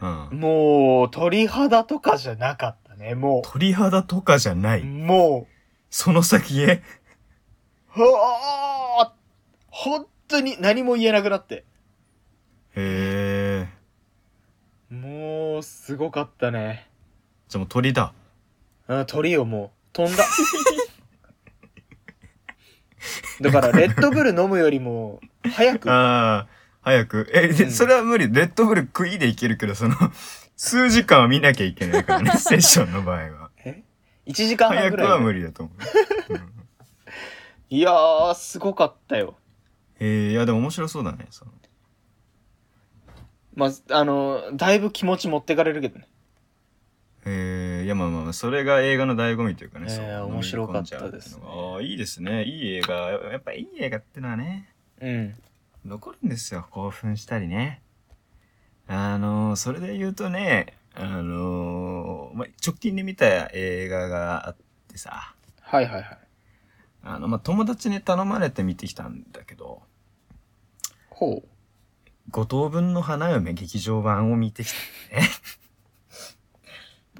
[SPEAKER 2] うん。
[SPEAKER 1] もう、鳥肌とかじゃなかったね、も
[SPEAKER 2] 鳥肌とかじゃな
[SPEAKER 1] う。
[SPEAKER 2] い。
[SPEAKER 1] も
[SPEAKER 2] その先へ。
[SPEAKER 1] う、ほー本当に何も言えなくなって。
[SPEAKER 2] へえ。
[SPEAKER 1] もう、すごかったね。
[SPEAKER 2] じゃあもう鳥だ。
[SPEAKER 1] うん、鳥をもう、飛 んだ。だから、レッドブル飲むよりも、早く
[SPEAKER 2] ああ、早く。え、で
[SPEAKER 1] うん
[SPEAKER 2] それは無理。 レッドブル食いでいけるけど、その、数時間は見なきゃいけないからね、セッションの場合は。
[SPEAKER 1] 1時間半
[SPEAKER 2] 早
[SPEAKER 1] ぐ
[SPEAKER 2] く
[SPEAKER 1] ら
[SPEAKER 2] はい
[SPEAKER 1] で
[SPEAKER 2] 無理だと思う。うん
[SPEAKER 1] いやーすごかったよ
[SPEAKER 2] えー、いや、でも面白そうだね。その
[SPEAKER 1] まああのだいぶ気持ち持ってかれるけどね
[SPEAKER 2] えー、いや、まあまあまあ、それが映画の醍醐味というかね。
[SPEAKER 1] えー
[SPEAKER 2] そう
[SPEAKER 1] 面白かったですね
[SPEAKER 2] 飲み込んじゃうっていうのがああ、いいですね。いい映画。やっぱいい映画ってのはね、
[SPEAKER 1] うん
[SPEAKER 2] 残るんですよ。興奮したりね。あのー、それで言うとね、あのー、まあ、直近で見た映画があってさ、
[SPEAKER 1] はいはいはい
[SPEAKER 2] あの、まあ、友達に頼まれて見てきたんだけど、
[SPEAKER 1] ほう
[SPEAKER 2] 五等分の花嫁劇場版を見てき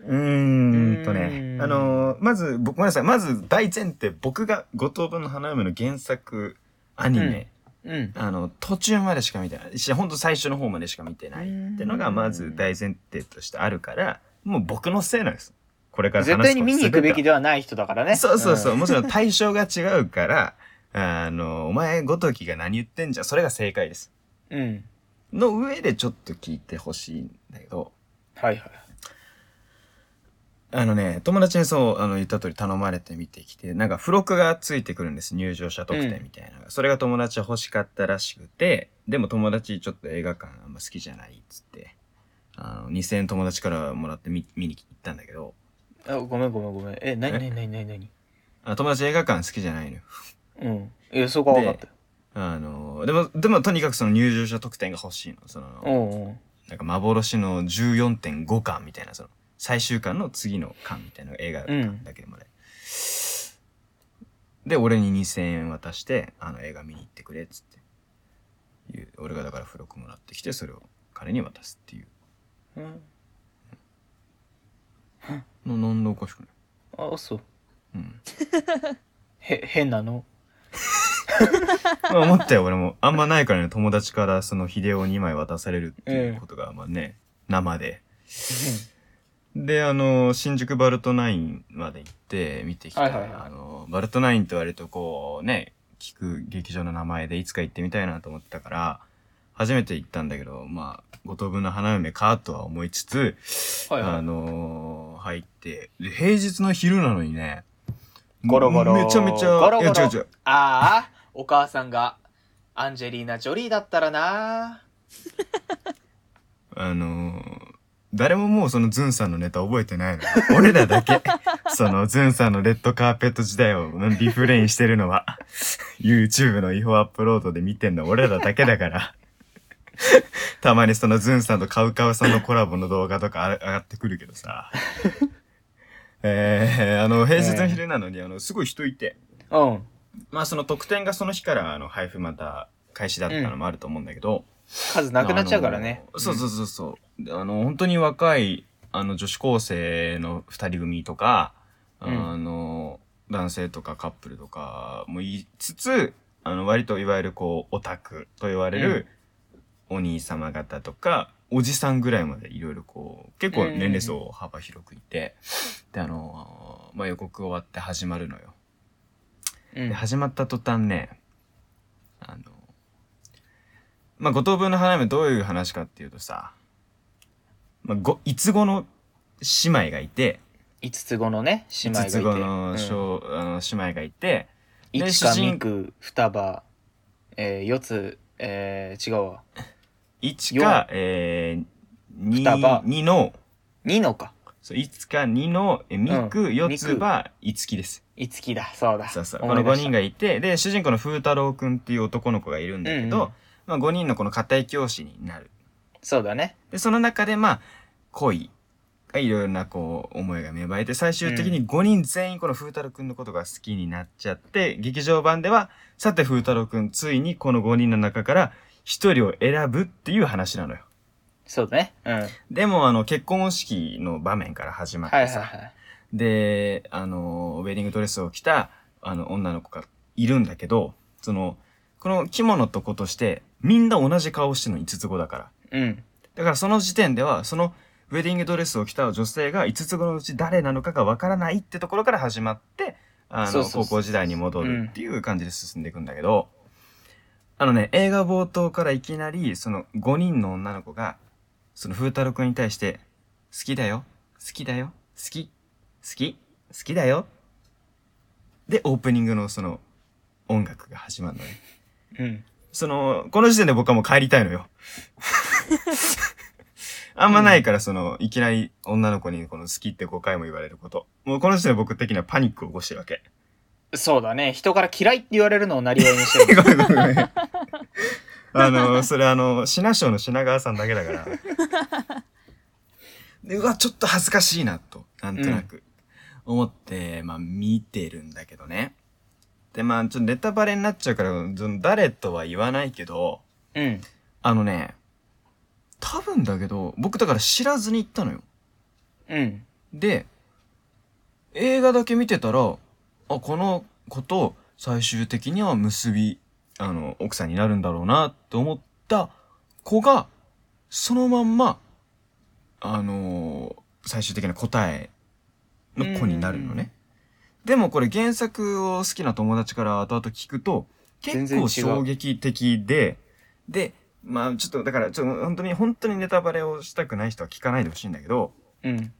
[SPEAKER 2] た ね。うーんと
[SPEAKER 1] うー
[SPEAKER 2] ね。
[SPEAKER 1] ん
[SPEAKER 2] あのー、まず、僕、ごめんなさい。まず、大前提、僕が五等分の花嫁の原作、アニメ、
[SPEAKER 1] うん
[SPEAKER 2] あの、途中までしか見てない。し、ほんと最初の方までしか見てないってのが、まず大前提としてあるから、もう僕のせいなんです。これから話す
[SPEAKER 1] 絶対に見に行くべきではない人だからね
[SPEAKER 2] そうそうそう。
[SPEAKER 1] ん
[SPEAKER 2] もちろん対象が違うから、あの、お前ごときが何言ってんじゃん。それが正解です。
[SPEAKER 1] うん
[SPEAKER 2] の上でちょっと聞いてほしいんだけど、
[SPEAKER 1] はいはい
[SPEAKER 2] あのね、友達にそう、あの、言った通り頼まれて見てきて、なんか付録がついてくるんです。入場者特典みたいなのが、それが友達は欲しかったらしくて、でも友達ちょっと映画館あんま好きじゃないっつって、あの、2000円友達からもらって見見に行ったんだけど、
[SPEAKER 1] あごめんごめんごめんえなに
[SPEAKER 2] え
[SPEAKER 1] なになになになに
[SPEAKER 2] あ友達映画館好きじゃないのよ。
[SPEAKER 1] うんいやそこは分かったよ
[SPEAKER 2] あの、でも、でもとにかくその入場者特典が欲しいの。その、
[SPEAKER 1] うんうん
[SPEAKER 2] なんか幻の14.5巻みたいな、その、最終巻の次の巻みたいなのが映画館だけでもね。で、俺に2000円渡して、あの映画見に行ってくれ、っつって。いう俺がだから付録もらってきて、それを彼に渡すっていう。
[SPEAKER 1] うん
[SPEAKER 2] の、なんでおかしくない
[SPEAKER 1] あそう
[SPEAKER 2] うん。
[SPEAKER 1] へ変なの
[SPEAKER 2] まあ思ったよ、俺も。あんまないからね、友達からその秀夫2枚渡されるっていうことが、まあね、生で。で、あの、新宿バルトナインまで行って見てきた、
[SPEAKER 1] はいはいはい
[SPEAKER 2] あの、バルトナインって割とこうね、聞く劇場の名前でいつか行ってみたいなと思ってたから、初めて行ったんだけど、まあ、五等分の花嫁かとは思いつつ、
[SPEAKER 1] はいはい
[SPEAKER 2] あのー入って、で、平日の昼なのにね、
[SPEAKER 1] ゴロゴロ
[SPEAKER 2] めちゃめちゃ、
[SPEAKER 1] ゴロゴロ
[SPEAKER 2] いや違う違う。
[SPEAKER 1] ああお母さんがアンジェリーナ・ジョリーだったらな
[SPEAKER 2] あのー誰ももうそのズンさんのネタ覚えてないの。 俺らだけ。そのズンさんのレッドカーペット時代をリフレインしてるのは、YouTube の違法アップロードで見てんの俺らだけだから。たまにそのズンさんとカウカウさんのコラボの動画とかあ上がってくるけどさ。えー、あの、平日の昼なのに、あの、すごい人いて。
[SPEAKER 1] うん
[SPEAKER 2] まあその特典がその日からあの配布また開始だったのもあると思うんだけど、
[SPEAKER 1] 数なくなっちゃうからね
[SPEAKER 2] あのそうそうそうそう。であの、本当に若い、あの、女子高生の二人組とか、あ
[SPEAKER 1] うん
[SPEAKER 2] の、男性とかカップルとかも言いつつ、あの、割といわゆるこう、オタクと言われる、お兄様方とか、おじさんぐらいまでいろいろこう、結構年齢層幅広くいて、で、あの、まあ、予告終わって始まるのよ。
[SPEAKER 1] うん
[SPEAKER 2] で始まった途端ねあのまあ五等分の花嫁どういう話かっていうとさ、まあ、ごいつごの姉妹がいて
[SPEAKER 1] 5つ子のね姉
[SPEAKER 2] い
[SPEAKER 1] 妹がい
[SPEAKER 2] つ
[SPEAKER 1] て
[SPEAKER 2] つごの,、し
[SPEAKER 1] うん
[SPEAKER 2] ょうあの姉妹がいてで
[SPEAKER 1] 一
[SPEAKER 2] 主
[SPEAKER 1] か
[SPEAKER 2] 人
[SPEAKER 1] 三く双葉えー四つえー違うわ
[SPEAKER 2] 1か、えー、
[SPEAKER 1] 双葉
[SPEAKER 2] 2, 二の
[SPEAKER 1] 二のか
[SPEAKER 2] そう1か2のえみ
[SPEAKER 1] う
[SPEAKER 2] く
[SPEAKER 1] ん
[SPEAKER 2] 4つ葉五木です
[SPEAKER 1] いつきだそうだ
[SPEAKER 2] そうそうこ
[SPEAKER 1] 思
[SPEAKER 2] の
[SPEAKER 1] い出
[SPEAKER 2] 5
[SPEAKER 1] した
[SPEAKER 2] 人がいてで主人公の風太郎くんっていう男の子がいるんだけど、
[SPEAKER 1] うんうん
[SPEAKER 2] まあ、5人のこの家庭教師になる
[SPEAKER 1] そうだね
[SPEAKER 2] で、その中で、まあ、恋がいろいろな、こう、思いが芽生えて、最終的に5人全員この風太郎くんのことが好きになっちゃって、劇場版では、さて風太郎くん、ついにこの5人の中から1人を選ぶっていう話なのよ。
[SPEAKER 1] そうだねうんはい
[SPEAKER 2] でも、あの、結婚式の場面から始まっ
[SPEAKER 1] はい
[SPEAKER 2] てさ、
[SPEAKER 1] はい
[SPEAKER 2] で、あの、ウェディングドレスを着た、あの、女の子がいるんだけど、その、この着物と子として、みんな同じ顔してるの、5つ子だから。
[SPEAKER 1] うん
[SPEAKER 2] だからその時点では、そのウェディングドレスを着た女性が5つ子のうち誰なのかがわからないってところから始まって、あ
[SPEAKER 1] そう
[SPEAKER 2] の、
[SPEAKER 1] そうそう
[SPEAKER 2] 高校時代に戻るっていう感じで進んでいくんだけど、あのね、映画冒頭からいきなり、その5人の女の子が、その風太郎くんに対して、好きだよ、好きだよ、好き、好き、好きだよ。で、オープニングのその、音楽が始まるのね。
[SPEAKER 1] うん。
[SPEAKER 2] その、この時点で僕はもう帰りたいのよ。 あんまないから、その、いきなり女の子にこの好きって5回も言われること。もうこの時点で僕的にはパニックを起こしてるわけ。
[SPEAKER 1] そうだね。人から嫌いって言われるのをなりわいにして る。
[SPEAKER 2] ごめんごめんごめん。あの、それあの、品賞の品川さんだけだから。でうわ、ちょっと恥ずかしいなと、なんとなく、思って、まあ見てるんだけどね。で、まあちょっとネタバレになっちゃうから、その誰とは言わないけど、
[SPEAKER 1] うん。
[SPEAKER 2] あのね、多分だけど、僕だから知らずに行ったのよ。
[SPEAKER 1] うん。
[SPEAKER 2] で、映画だけ見てたら、あ、この子と最終的には結び、あの、奥さんになるんだろうなって思った子が、そのまんま、あのー最終的な答えの子になるのね。でもこれ原作を好きな友達から後々聞くと、
[SPEAKER 1] 全
[SPEAKER 2] 結
[SPEAKER 1] 然違う
[SPEAKER 2] 構衝撃的で、で、まあちょっとだから、ちょっと本当に本当にネタバレをしたくない人は聞かないでほしいんだけど、
[SPEAKER 1] うん。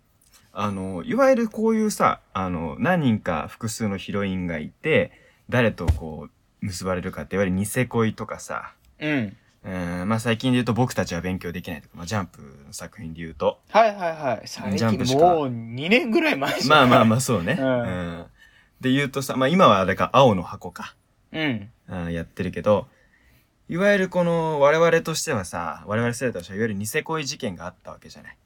[SPEAKER 2] あの、いわゆるこういうさ、あの、何人か複数のヒロインがいて、誰とこう、結ばれるかって、いわゆるニセ恋とかさ、
[SPEAKER 1] うん。
[SPEAKER 2] うーん、まあ最近で言うと僕たちは勉強できないとか、まあジャンプの作品で言うと。
[SPEAKER 1] はいはいはい。最
[SPEAKER 2] ジャンプし
[SPEAKER 1] 近、
[SPEAKER 2] か
[SPEAKER 1] もう2年ぐらい前じゃん
[SPEAKER 2] まあまあまあそうね。
[SPEAKER 1] う
[SPEAKER 2] うんん。で言うとさ、まあ今はあれか、青の箱か、
[SPEAKER 1] うん。
[SPEAKER 2] うん、やってるけど、いわゆるこの我々としてはさ、我々世代としてはいわゆるニセ恋事件があったわけじゃない。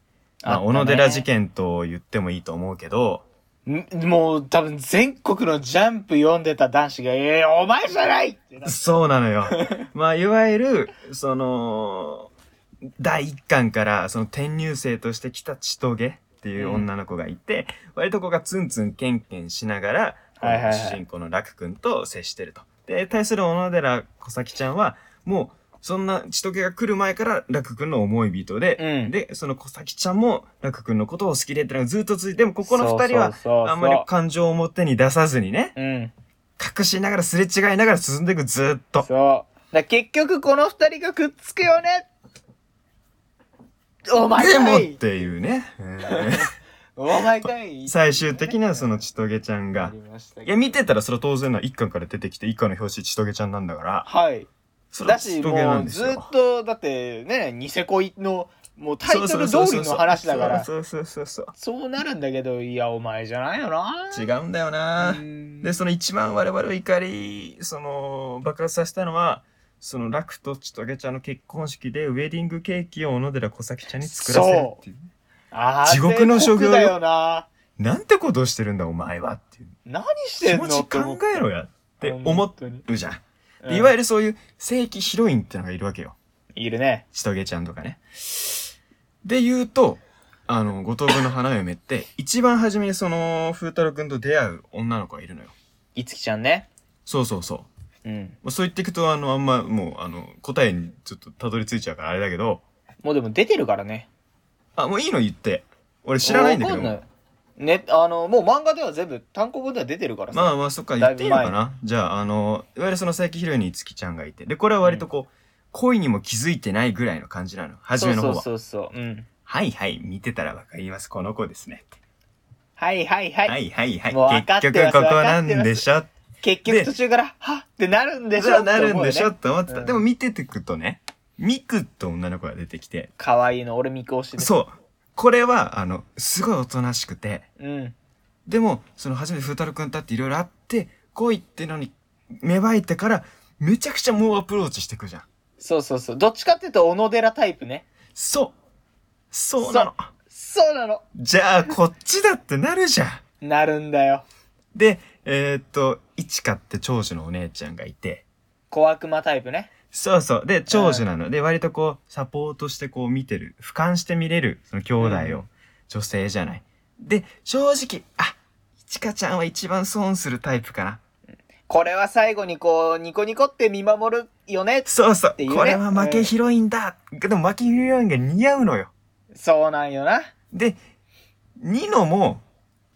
[SPEAKER 2] まあ、
[SPEAKER 1] ったね
[SPEAKER 2] 小野寺事。件と言ってもいいと思うけど、
[SPEAKER 1] んもう多分全国のジャンプ読んでた男子が、えー、お前じゃないってなっ
[SPEAKER 2] そうな のよ。まあ、いわゆる、その、第一巻から、その転入生として来た千棘っていう女の子がいて、割とこうがツンツンケンケンしながら、
[SPEAKER 1] はいはいはい
[SPEAKER 2] 主人公の楽くんと接してると。で、対する小野寺小咲ちゃんは、もう、そんな千棘が来る前から楽くんの思い人で、
[SPEAKER 1] うん
[SPEAKER 2] で、その小咲ちゃんも楽くんのことを好きでってのがずっと続いて、でもここの二人は、
[SPEAKER 1] は
[SPEAKER 2] あんまり感情を表に出さずにね、
[SPEAKER 1] うん。
[SPEAKER 2] 隠しながらすれ違いながら進んでいく、ずっと。
[SPEAKER 1] そう。だ結局この二人がくっつくよねお前
[SPEAKER 2] でも
[SPEAKER 1] か
[SPEAKER 2] っ
[SPEAKER 1] い
[SPEAKER 2] ていう ね。
[SPEAKER 1] お前かい
[SPEAKER 2] 最終的にはそのちとげちゃん
[SPEAKER 1] あ
[SPEAKER 2] が
[SPEAKER 1] り。ましたけ
[SPEAKER 2] い
[SPEAKER 1] ど
[SPEAKER 2] や、見てたらそれは当然な一巻から出てきて、一巻の表紙ちとげちゃんなんだから。
[SPEAKER 1] はい。
[SPEAKER 2] それ
[SPEAKER 1] だ
[SPEAKER 2] はち
[SPEAKER 1] し、
[SPEAKER 2] とげな
[SPEAKER 1] も
[SPEAKER 2] ん
[SPEAKER 1] う
[SPEAKER 2] です
[SPEAKER 1] ず
[SPEAKER 2] よ。
[SPEAKER 1] っと、だってね、ニセ恋の、もうタイトル通りの話だから、
[SPEAKER 2] そうそうそうそう。
[SPEAKER 1] そうなるんだけど、いや、お前じゃないよな。
[SPEAKER 2] 違うんだよな
[SPEAKER 1] う。ん
[SPEAKER 2] で、その一番我々を怒り、その、爆発させたのは、その楽とちとげちゃんの結婚式でウェディングケーキを小野寺小咲ちゃんに作らせるっていう。
[SPEAKER 1] あー
[SPEAKER 2] 地獄の所業よ
[SPEAKER 1] 帝国だよな。
[SPEAKER 2] なんてことをしてるんだお前はっていう。
[SPEAKER 1] 何して
[SPEAKER 2] 気
[SPEAKER 1] んの
[SPEAKER 2] 持ち考えろやって思っ
[SPEAKER 1] 本当に
[SPEAKER 2] るじゃん。
[SPEAKER 1] うん
[SPEAKER 2] でいわゆるそういう正規ヒロインってのがいるわけよ。
[SPEAKER 1] いるね。
[SPEAKER 2] しとげちゃんとかね。で言うと、あの、五等分の花嫁って、一番初めにその、風太郎くんと出会う女の子がいるのよ。
[SPEAKER 1] いつきちゃんね。
[SPEAKER 2] そうそうそう。も
[SPEAKER 1] うん。
[SPEAKER 2] うそう言っていくと、あの、あんま、もう、あの、答えにちょっとたどり着いちゃうからあれだけど、
[SPEAKER 1] もうでも出てるからね。
[SPEAKER 2] あ、もういいの言って。俺知らないんだけど。
[SPEAKER 1] わかいね、あの、もう漫画では全部、単行本では出てるからさ。
[SPEAKER 2] まあまあ、そっか、言っていいのかなじゃあ、あの、いわゆるその正規ヒロインにいつきちゃんがいて。で、これは割とこう、恋にも気づいてないぐらいの感じなの。初めの方は。
[SPEAKER 1] そうそうそうそう。うん。
[SPEAKER 2] はいはい、見てたらわかります。この子ですね。
[SPEAKER 1] はいはいはい。
[SPEAKER 2] はいはい
[SPEAKER 1] もう
[SPEAKER 2] は
[SPEAKER 1] 分
[SPEAKER 2] い。
[SPEAKER 1] かって
[SPEAKER 2] 結
[SPEAKER 1] ます
[SPEAKER 2] 局ここなんでしょ
[SPEAKER 1] 結
[SPEAKER 2] で
[SPEAKER 1] 局途中から、はっってなるんでし
[SPEAKER 2] そう
[SPEAKER 1] ょ
[SPEAKER 2] なるんでしょ
[SPEAKER 1] って思うよね
[SPEAKER 2] って思ってた。
[SPEAKER 1] うん
[SPEAKER 2] でも見ててくとね、ミクって女の子が出てきて、
[SPEAKER 1] 可愛いの、俺見越しで。
[SPEAKER 2] そう。これは、あの、すごいおとなしくて、
[SPEAKER 1] うん。
[SPEAKER 2] でも、その初めて風太郎くんだっていろいろあって、恋ってのに芽生えてから、めちゃくちゃもうアプローチしてくじゃん。
[SPEAKER 1] そうそうそう。どっちかっていうと、小野寺タイプね。
[SPEAKER 2] そう。そうなの。
[SPEAKER 1] そうなの。
[SPEAKER 2] じゃあ、こっちだってなるじゃん。
[SPEAKER 1] なるんだよ。
[SPEAKER 2] で、えーっと、いちかって長女のお姉ちゃんがいて、
[SPEAKER 1] 小悪魔タイプね。
[SPEAKER 2] そうそう。で、長女なの。で、割とこう、サポートしてこう見てる。俯瞰して見れる、その兄弟
[SPEAKER 1] う
[SPEAKER 2] を。女性じゃない。で、正直、あ、いちかちゃんは一番損するタイプかな。
[SPEAKER 1] これは最後にこう、ニコニコって見守るよね。
[SPEAKER 2] そうそう。
[SPEAKER 1] ていうね
[SPEAKER 2] これは負けヒロインだ。でも負けヒロインが似合うのよ。
[SPEAKER 1] そうなんよな。
[SPEAKER 2] で、ニノも、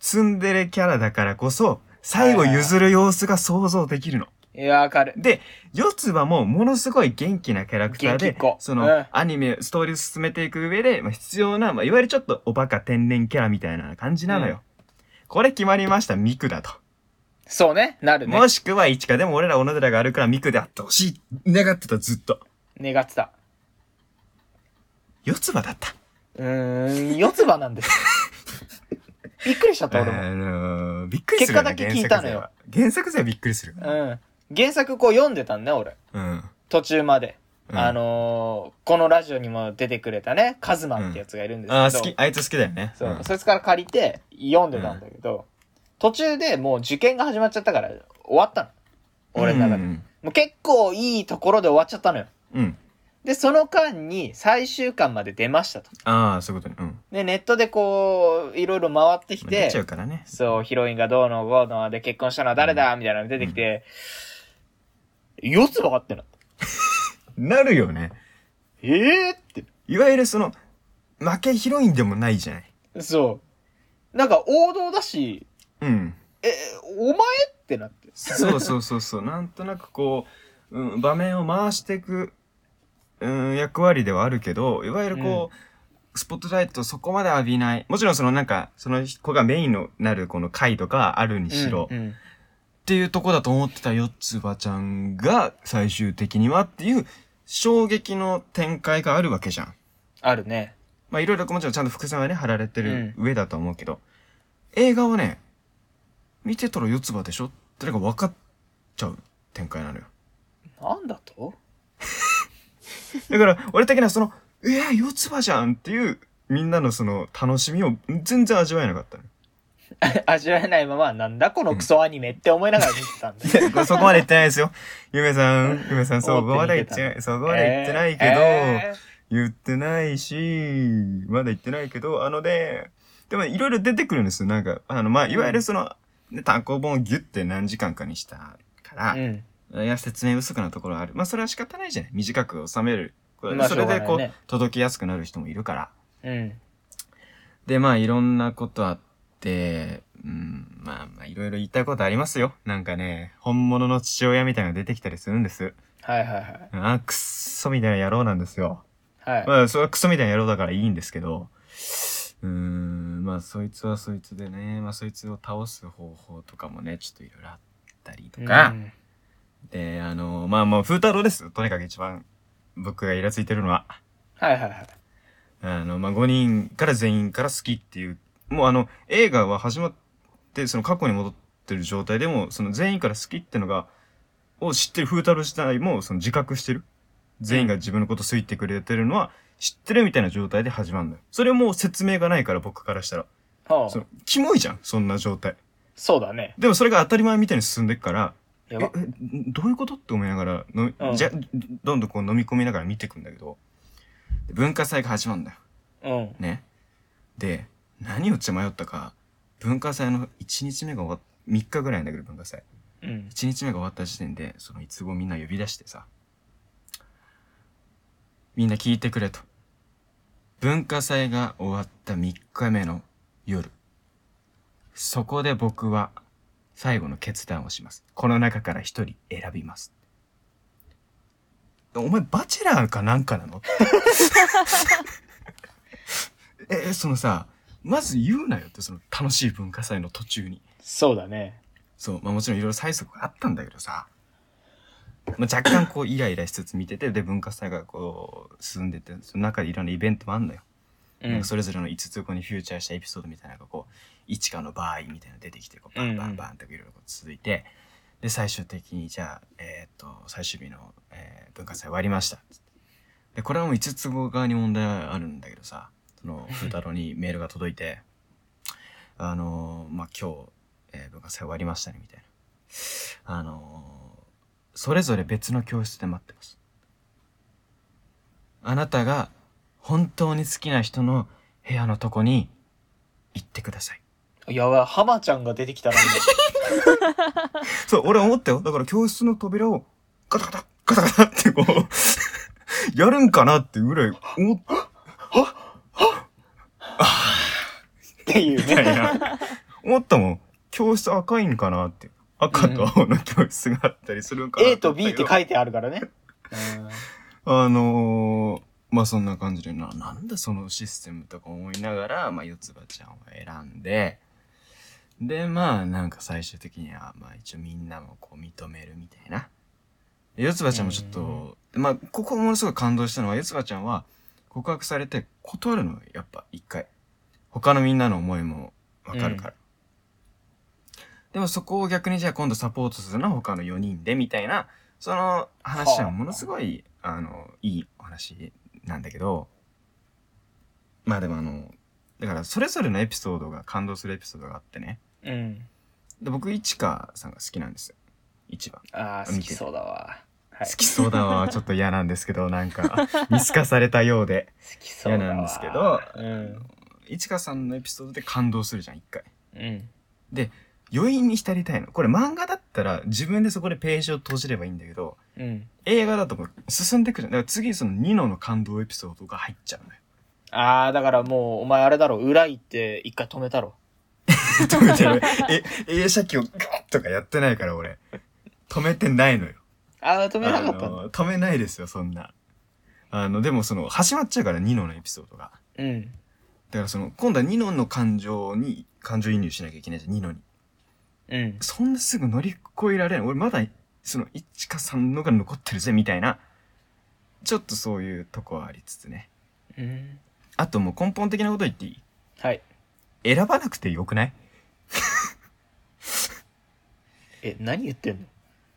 [SPEAKER 2] ツンデレキャラだからこそ、最後譲る様子が想像できるの。
[SPEAKER 1] いや、わかる。
[SPEAKER 2] で、四つ葉もものすごい元気なキャラクター
[SPEAKER 1] 元気
[SPEAKER 2] で
[SPEAKER 1] っ子、
[SPEAKER 2] そうの
[SPEAKER 1] ん
[SPEAKER 2] アニメ、ストーリーを進めていく上で、まあ、必要な、まあ、いわゆるちょっとおバカ天然キャラみたいな感じなのよ。これ決まりました、ミクだと。
[SPEAKER 1] そうね、なるね
[SPEAKER 2] も。しくはイチカ、でも俺ら小野寺があるからミクであってほしい。願ってた、ずっと。
[SPEAKER 1] 願ってた。
[SPEAKER 2] 四つ葉だった。
[SPEAKER 1] うーん、四つ葉なん です。びっくりしちゃった、俺も。
[SPEAKER 2] あのーびっくりするよね
[SPEAKER 1] 結果だけ聞いたのよ。
[SPEAKER 2] 原作勢は原作勢はびっくりするよね。
[SPEAKER 1] うん。原作こう読んでたんだね、俺。
[SPEAKER 2] うん。
[SPEAKER 1] 途中まで。
[SPEAKER 2] うん
[SPEAKER 1] あのーこのラジオにも出てくれたね、カズマってやつがいるんですけど。
[SPEAKER 2] あー、好き、あいつ好きだよね。
[SPEAKER 1] そう、
[SPEAKER 2] ん
[SPEAKER 1] そいつから借りて読んでたんだけど、途中でもう受験が始まっちゃったから終わったの。俺の中で。
[SPEAKER 2] うん
[SPEAKER 1] もう結構いいところで終わっちゃったのよ。
[SPEAKER 2] うん。
[SPEAKER 1] で、その間に最終巻まで出ましたと。
[SPEAKER 2] ああ、そういうことね。うん。
[SPEAKER 1] で、ネットでこう、いろいろ回ってき
[SPEAKER 2] まあ出
[SPEAKER 1] て
[SPEAKER 2] ちゃ、うからね。
[SPEAKER 1] そう、ヒロインがどうのこうので結婚したのは誰だみたいなの出てきて、四つ葉かってなった。
[SPEAKER 2] なるよね。
[SPEAKER 1] ええって。
[SPEAKER 2] いわゆるその、負けヒロインでもないじゃない。
[SPEAKER 1] そう。なんか王道だし、
[SPEAKER 2] うん。
[SPEAKER 1] え、お前ってなって。
[SPEAKER 2] そうそうそ うそう。なんとなくこう、うん、場面を回していく、うん、役割ではあるけど、いわゆるこう、スポットライトそこまで浴びない。もちろんそのなんか、その子がメインのなるこの回とかあるにしろ、
[SPEAKER 1] うんうん
[SPEAKER 2] っていうとこだと思ってた四つ葉ちゃんが最終的にはっていう衝撃の展開があるわけじゃん。
[SPEAKER 1] あるね。
[SPEAKER 2] まあいろいろもちろんちゃんと伏線はね、貼られてる上だと思うけど、映画はね、見てたら四つ葉でしょってなんか分かっちゃう展開なのよ。
[SPEAKER 1] なんだと
[SPEAKER 2] だから、俺的にはその、えー、四つ葉じゃんっていう、みんなのその楽しみを全然味わえなかったの。
[SPEAKER 1] 味わえないまま、なんだこのクソアニメって思いながら見てたんで。
[SPEAKER 2] これそこまで言ってないですよ。ゆめさん、ゆめさん、そこまで言ってない、そこまで 言ってないけど、
[SPEAKER 1] え
[SPEAKER 2] 言ってないし、まだ言ってないけど、あのね、でもいろいろ出てくるんですよ。なんか、あの、まあ、いわゆるその、ね単行本をギュって何時間かにしたから、
[SPEAKER 1] ーうん。
[SPEAKER 2] いや、説明不足なところはある。まあ、それは仕方ないじゃない。短く収める。これ
[SPEAKER 1] まあ
[SPEAKER 2] それでこ
[SPEAKER 1] しょうがないうね、
[SPEAKER 2] 届きやすくなる人もいるから。
[SPEAKER 1] うん。
[SPEAKER 2] で、まあ、いろんなことあって、うん、まあ、まあ、いろいろ言いたいことありますよ。なんかね、本物の父親みたいなのが出てきたりするんです。
[SPEAKER 1] はいはいはい。
[SPEAKER 2] あー、くっそみたいな野郎なんですよ。
[SPEAKER 1] はい。
[SPEAKER 2] まあ、それはクソみたいな野郎だからいいんですけど、うーん、まあ、そいつはそいつでね、まあ、そいつを倒す方法とかもね、ちょっといろいろあったりとか
[SPEAKER 1] う、ん
[SPEAKER 2] で、あの、まあもう、風太郎です。とにかく一番、僕がイラついてるのは。
[SPEAKER 1] はいはいはい。
[SPEAKER 2] あの、まあ、5人から全員から好きっていう、もうあの、映画は始まって、その過去に戻ってる状態でも、その全員から好きってのが、を知ってる風太郎自体も、その自覚してる。全員が自分のこと好いてくれてるのは、知ってるみたいな状態で始まるのよ。それもう説明がないから、僕からしたら。
[SPEAKER 1] ほう
[SPEAKER 2] その、キモいじゃん、そんな状態。
[SPEAKER 1] そうだね。
[SPEAKER 2] でもそれが当たり前みたいに進んでいくから、
[SPEAKER 1] や
[SPEAKER 2] え
[SPEAKER 1] ば、
[SPEAKER 2] えどういうことって思いながらの、
[SPEAKER 1] うん
[SPEAKER 2] じゃどんどんこう飲み込みながら見ていくんだけどで文化祭が始まるんだよ
[SPEAKER 1] うん。
[SPEAKER 2] ねで何をって迷ったか文化祭の1日目が終わっ3日ぐらいなんだけど文化祭
[SPEAKER 1] うん。
[SPEAKER 2] 1日目が終わった時点でそのいつごみんな呼び出してさみんな聞いてくれと文化祭が終わった3日目の夜そこで僕は最後の決断をしますこの中から一人選びますお前バチェラーかなんかなの えそのさまず言うなよってその楽しい文化祭の途中に
[SPEAKER 1] そうだね。
[SPEAKER 2] そう、まあもちろんいろいろ催促があったんだけどさ、まあ、若干こうイライラしつつ見てて、で、文化祭がこう進んでて、その中でいろんなイベントもあんのよ。
[SPEAKER 1] う
[SPEAKER 2] なん
[SPEAKER 1] ん
[SPEAKER 2] か。それぞれの5つこにフューチャーしたエピソードみたいなのがこう、一かの場合みたいなの出てきて、こうバンバンバンっていろいろこう続いて、で、最終的にじゃあ、えーっと、最終日の、えー文化祭終わりましたっつって。で、これはもう5つ後側に問題があるんだけどさ、その、風太郎にメールが届いて、あのーまあ、今日、えー文化祭終わりましたね、みたいな。あのーそれぞれ別の教室で待ってます。あなたが本当に好きな人の部屋のとこに行ってください。
[SPEAKER 1] やばい、浜ちゃんが出てきたな。
[SPEAKER 2] そう、俺思ったよ。だから教室の扉をガタガタ、ガタガタってこう、 やるんかなってぐらい思っ
[SPEAKER 1] っていう
[SPEAKER 2] たん
[SPEAKER 1] ね。
[SPEAKER 2] や。思ったもん。教室赤いんかなって。赤と青の教室があったりするんかな
[SPEAKER 1] A と B って書
[SPEAKER 2] い
[SPEAKER 1] いてあるからね。
[SPEAKER 2] あのー、まあそんな感じでな、なんだそのシステムとか思いながら、まあ四つ葉ちゃんを選んで、で、まあ、なんか最終的には、まあ一応みんなもこう認めるみたいな。で四葉ちゃんもちょっと、まあ、ここものすごい感動したのは、四葉ちゃんは告白されて断るのよ、やっぱ一回。他のみんなの思いもわかるから。でもそこを逆にじゃあ今度サポートするのは他の4人でみたいな、その話はものすごい、あの、いいお話なんだけど、まあでもあの、だからそれぞれのエピソードが感動するエピソードがあってね。
[SPEAKER 1] うん。
[SPEAKER 2] で僕、市川さんが好きなんですよ。一番。
[SPEAKER 1] ああ、好きそうだわ。はい
[SPEAKER 2] 好きそうだわ、ちょっと嫌なんです けど、なんか、見透かされたようで。
[SPEAKER 1] 好きそうだわ
[SPEAKER 2] 嫌なんですけど
[SPEAKER 1] うん。
[SPEAKER 2] 市川さんのエピソードで感動するじゃん、一回。
[SPEAKER 1] うん。
[SPEAKER 2] 余韻に浸りたいの。これ漫画だったら自分でそこでページを閉じればいいんだけど、
[SPEAKER 1] うん。
[SPEAKER 2] 映画だともう進んでいくじゃん。だから次そのニノの感動エピソードが入っちゃうのよ。
[SPEAKER 1] ああ、だからもう、お前あれだろ、裏行って一回止めたろ。
[SPEAKER 2] 止めてる。え、映写機をガッとかやってないから俺。止めてないのよ。
[SPEAKER 1] ああ、止めなかった
[SPEAKER 2] あ
[SPEAKER 1] んだ。
[SPEAKER 2] の止めないですよ、そんな。あの、でもその、始まっちゃうからニノのエピソードが。
[SPEAKER 1] うん。
[SPEAKER 2] だからその、今度はニノの感情に、感情移入しなきゃいけないじゃん、ニノに。
[SPEAKER 1] うん。
[SPEAKER 2] そんなすぐ乗り越えられない。俺まだ、その、いちかさんのが残ってるぜ、みたいな。ちょっとそういうとこはありつつね。
[SPEAKER 1] うん。
[SPEAKER 2] あともう根本的なこと言っていい
[SPEAKER 1] はい。
[SPEAKER 2] 選ばなくてよくない
[SPEAKER 1] え、何言ってん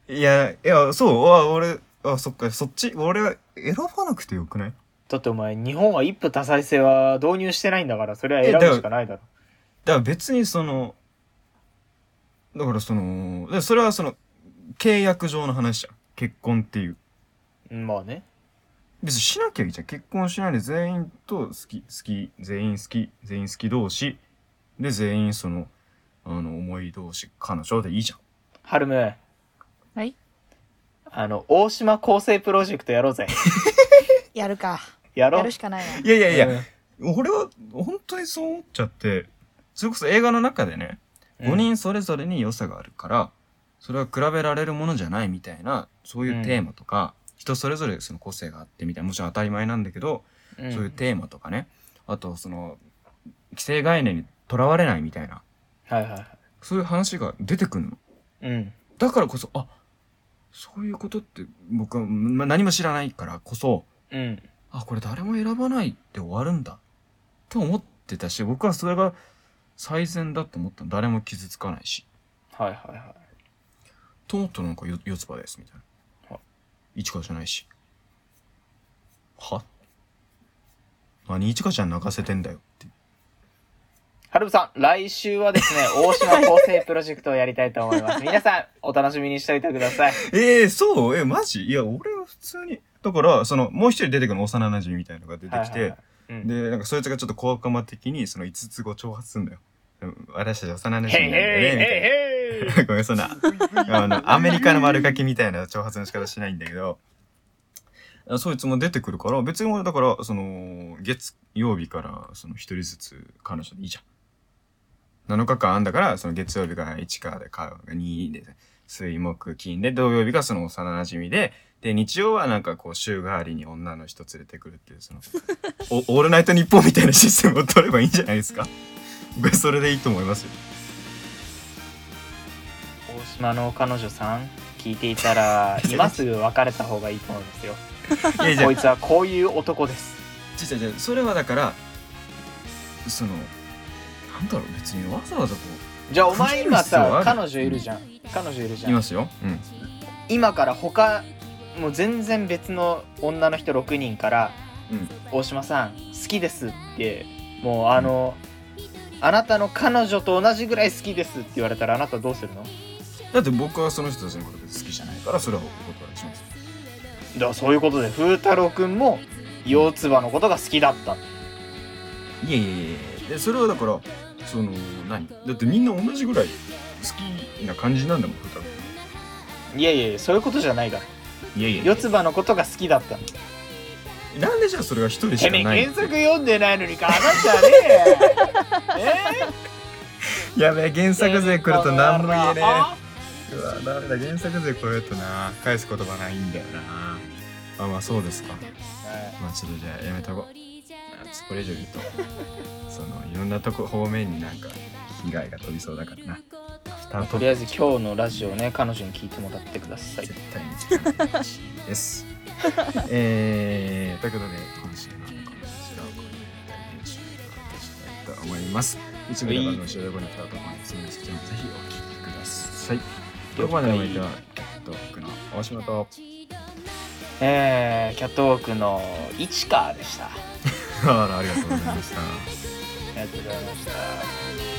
[SPEAKER 1] の
[SPEAKER 2] いや、いや、そう、あ、俺、あ、そっか、そっち、俺は選ばなくてよくない
[SPEAKER 1] だってお前、日本は一夫多妻制は導入してないんだから、それは選ぶしかないだろ。
[SPEAKER 2] だから別にその、だからその、でそれはその、契約上の話じゃん。結婚っていう。
[SPEAKER 1] うんまあね。
[SPEAKER 2] 別にしなきゃいいじゃん。結婚しないで全員と好き、好き、全員好き、全員好き同士、で全員その、あの、思い同士、彼女でいいじゃん。
[SPEAKER 1] はるむ。
[SPEAKER 3] はい。
[SPEAKER 1] あの、大島構成プロジェクトやろうぜ。
[SPEAKER 3] やるか。
[SPEAKER 1] やろ
[SPEAKER 3] や
[SPEAKER 1] う
[SPEAKER 3] る。しかないな。
[SPEAKER 2] いやいやいや、
[SPEAKER 1] うん
[SPEAKER 2] 俺は本当にそう思っちゃって、それこそ映画の中でね、5人それぞれに良さがあるからそれは比べられるものじゃないみたいなそういうテーマとか、人それぞれその個性があってみたいなもちろん当たり前なんだけど、
[SPEAKER 1] うん
[SPEAKER 2] そういうテーマとかねあとその既成概念にとらわれないみたいな
[SPEAKER 1] はいはいは
[SPEAKER 2] そういう話が出てくるの
[SPEAKER 1] い。うん。
[SPEAKER 2] だからこそあそういうことって僕は、ま、何も知らないからこそ
[SPEAKER 1] うん。
[SPEAKER 2] あこれ誰も選ばないで終わるんだと思ってたし僕はそれが最善だと思ったの誰も傷つかないし
[SPEAKER 1] はいはいは
[SPEAKER 2] と思ったらなんかよ四つ葉ですみたいな
[SPEAKER 1] は。
[SPEAKER 2] 一花じゃないし。は何一花ちゃん泣かせてんだよって。
[SPEAKER 1] い。はるむさん、来週は ですね、大島構成プロジェクトをやりたいと思います。皆さん、お楽しみにしておいてください。
[SPEAKER 2] ええそうえマジいや、俺は普通に。だから、その、もう一人出てくるの幼馴染みたいなのが出てき
[SPEAKER 1] はいはいは
[SPEAKER 2] て
[SPEAKER 1] い、うん
[SPEAKER 2] で、なんかそいつがちょっと小悪魔的に、その五つ子を挑発すんだよ。うん私たち幼馴染みなん
[SPEAKER 1] へいへい
[SPEAKER 2] だよね、
[SPEAKER 1] へいへ
[SPEAKER 2] みたい な。ごめん、そんな、あの、アメリカの丸書きみたいな挑発の仕方しないんだけど、あそいつも出てくるから、別に俺だから、その、月曜日から、その一人ずつ彼女でいいじゃん。7日間あんだから、その月曜日が1からで、か2で、水木金で、土曜日がその幼馴染で、で、日曜はなんかこう、週替わりに女の人連れてくるってい う、その、おオールナイトニッポンみたいなシステムを取ればいいんじゃないですか。僕はそれでいいと思 いますよ。
[SPEAKER 1] い。大島の彼女さん、聞いていたら、今すぐ別れた方がいいと思うんですよ。
[SPEAKER 2] いやいや
[SPEAKER 1] こいつはこういう男です。
[SPEAKER 2] 違う違うそれはだからそのなんだろう別にわざわざこ
[SPEAKER 1] じゃあお前今さ
[SPEAKER 2] 彼
[SPEAKER 1] 彼女いるじゃん彼女いるじ
[SPEAKER 2] うい
[SPEAKER 1] ゃん
[SPEAKER 2] ますよ、うん、
[SPEAKER 1] 今から他もう全然別の女の人6人から
[SPEAKER 2] うん
[SPEAKER 1] 「大島さん好きです」ってもうあの、あなたの彼女と同じぐらい好きです」って言われたらあなたどうするのだか
[SPEAKER 2] だって僕はその人たちのこと別に好きじゃないからそれはお断りします
[SPEAKER 1] らそういうことで風太郎くんも四つ葉のことが好きだった
[SPEAKER 2] いやいやいやいやでそれはだからその何だってみんな同じぐらい好きな感じなんだもんふた
[SPEAKER 1] いやいやいやそういうことじゃないだろ
[SPEAKER 2] いやいやいや
[SPEAKER 1] 四つ葉のことが好きだったの
[SPEAKER 2] なんでじゃあそれが一人して
[SPEAKER 1] め
[SPEAKER 2] か
[SPEAKER 1] え
[SPEAKER 2] ない
[SPEAKER 1] 原作読んでないのにかなっちゃねええー
[SPEAKER 2] やべえ原作勢来ると何も言えね
[SPEAKER 1] あ
[SPEAKER 2] えうわダメだ原作勢来るとな返す言葉ないんだよなあまあそうですか
[SPEAKER 1] はい
[SPEAKER 2] まあちょっとじゃあやめとこう。あちょっとこれ以上言うと、そのいろんなとこ方面になんか被害が飛びそうだからな。スタ
[SPEAKER 1] まあ
[SPEAKER 2] ー
[SPEAKER 1] と
[SPEAKER 2] ト
[SPEAKER 1] りあえず今日のラジオね彼女に聞いてもらってください
[SPEAKER 2] 絶対に時間ない です。えー、ということで、今週のこの白をこに大練習をしたいと思います。いつもの番組の収録後に2とこに次の質問をぜひお聞きください。ここまでのお相手は、キャットウォークの大島と、
[SPEAKER 1] えー、キャットウォークのイチカでしたあ
[SPEAKER 2] あらありがとうございました。
[SPEAKER 1] りがとうございました
[SPEAKER 4] 「君の声が聞こえてる」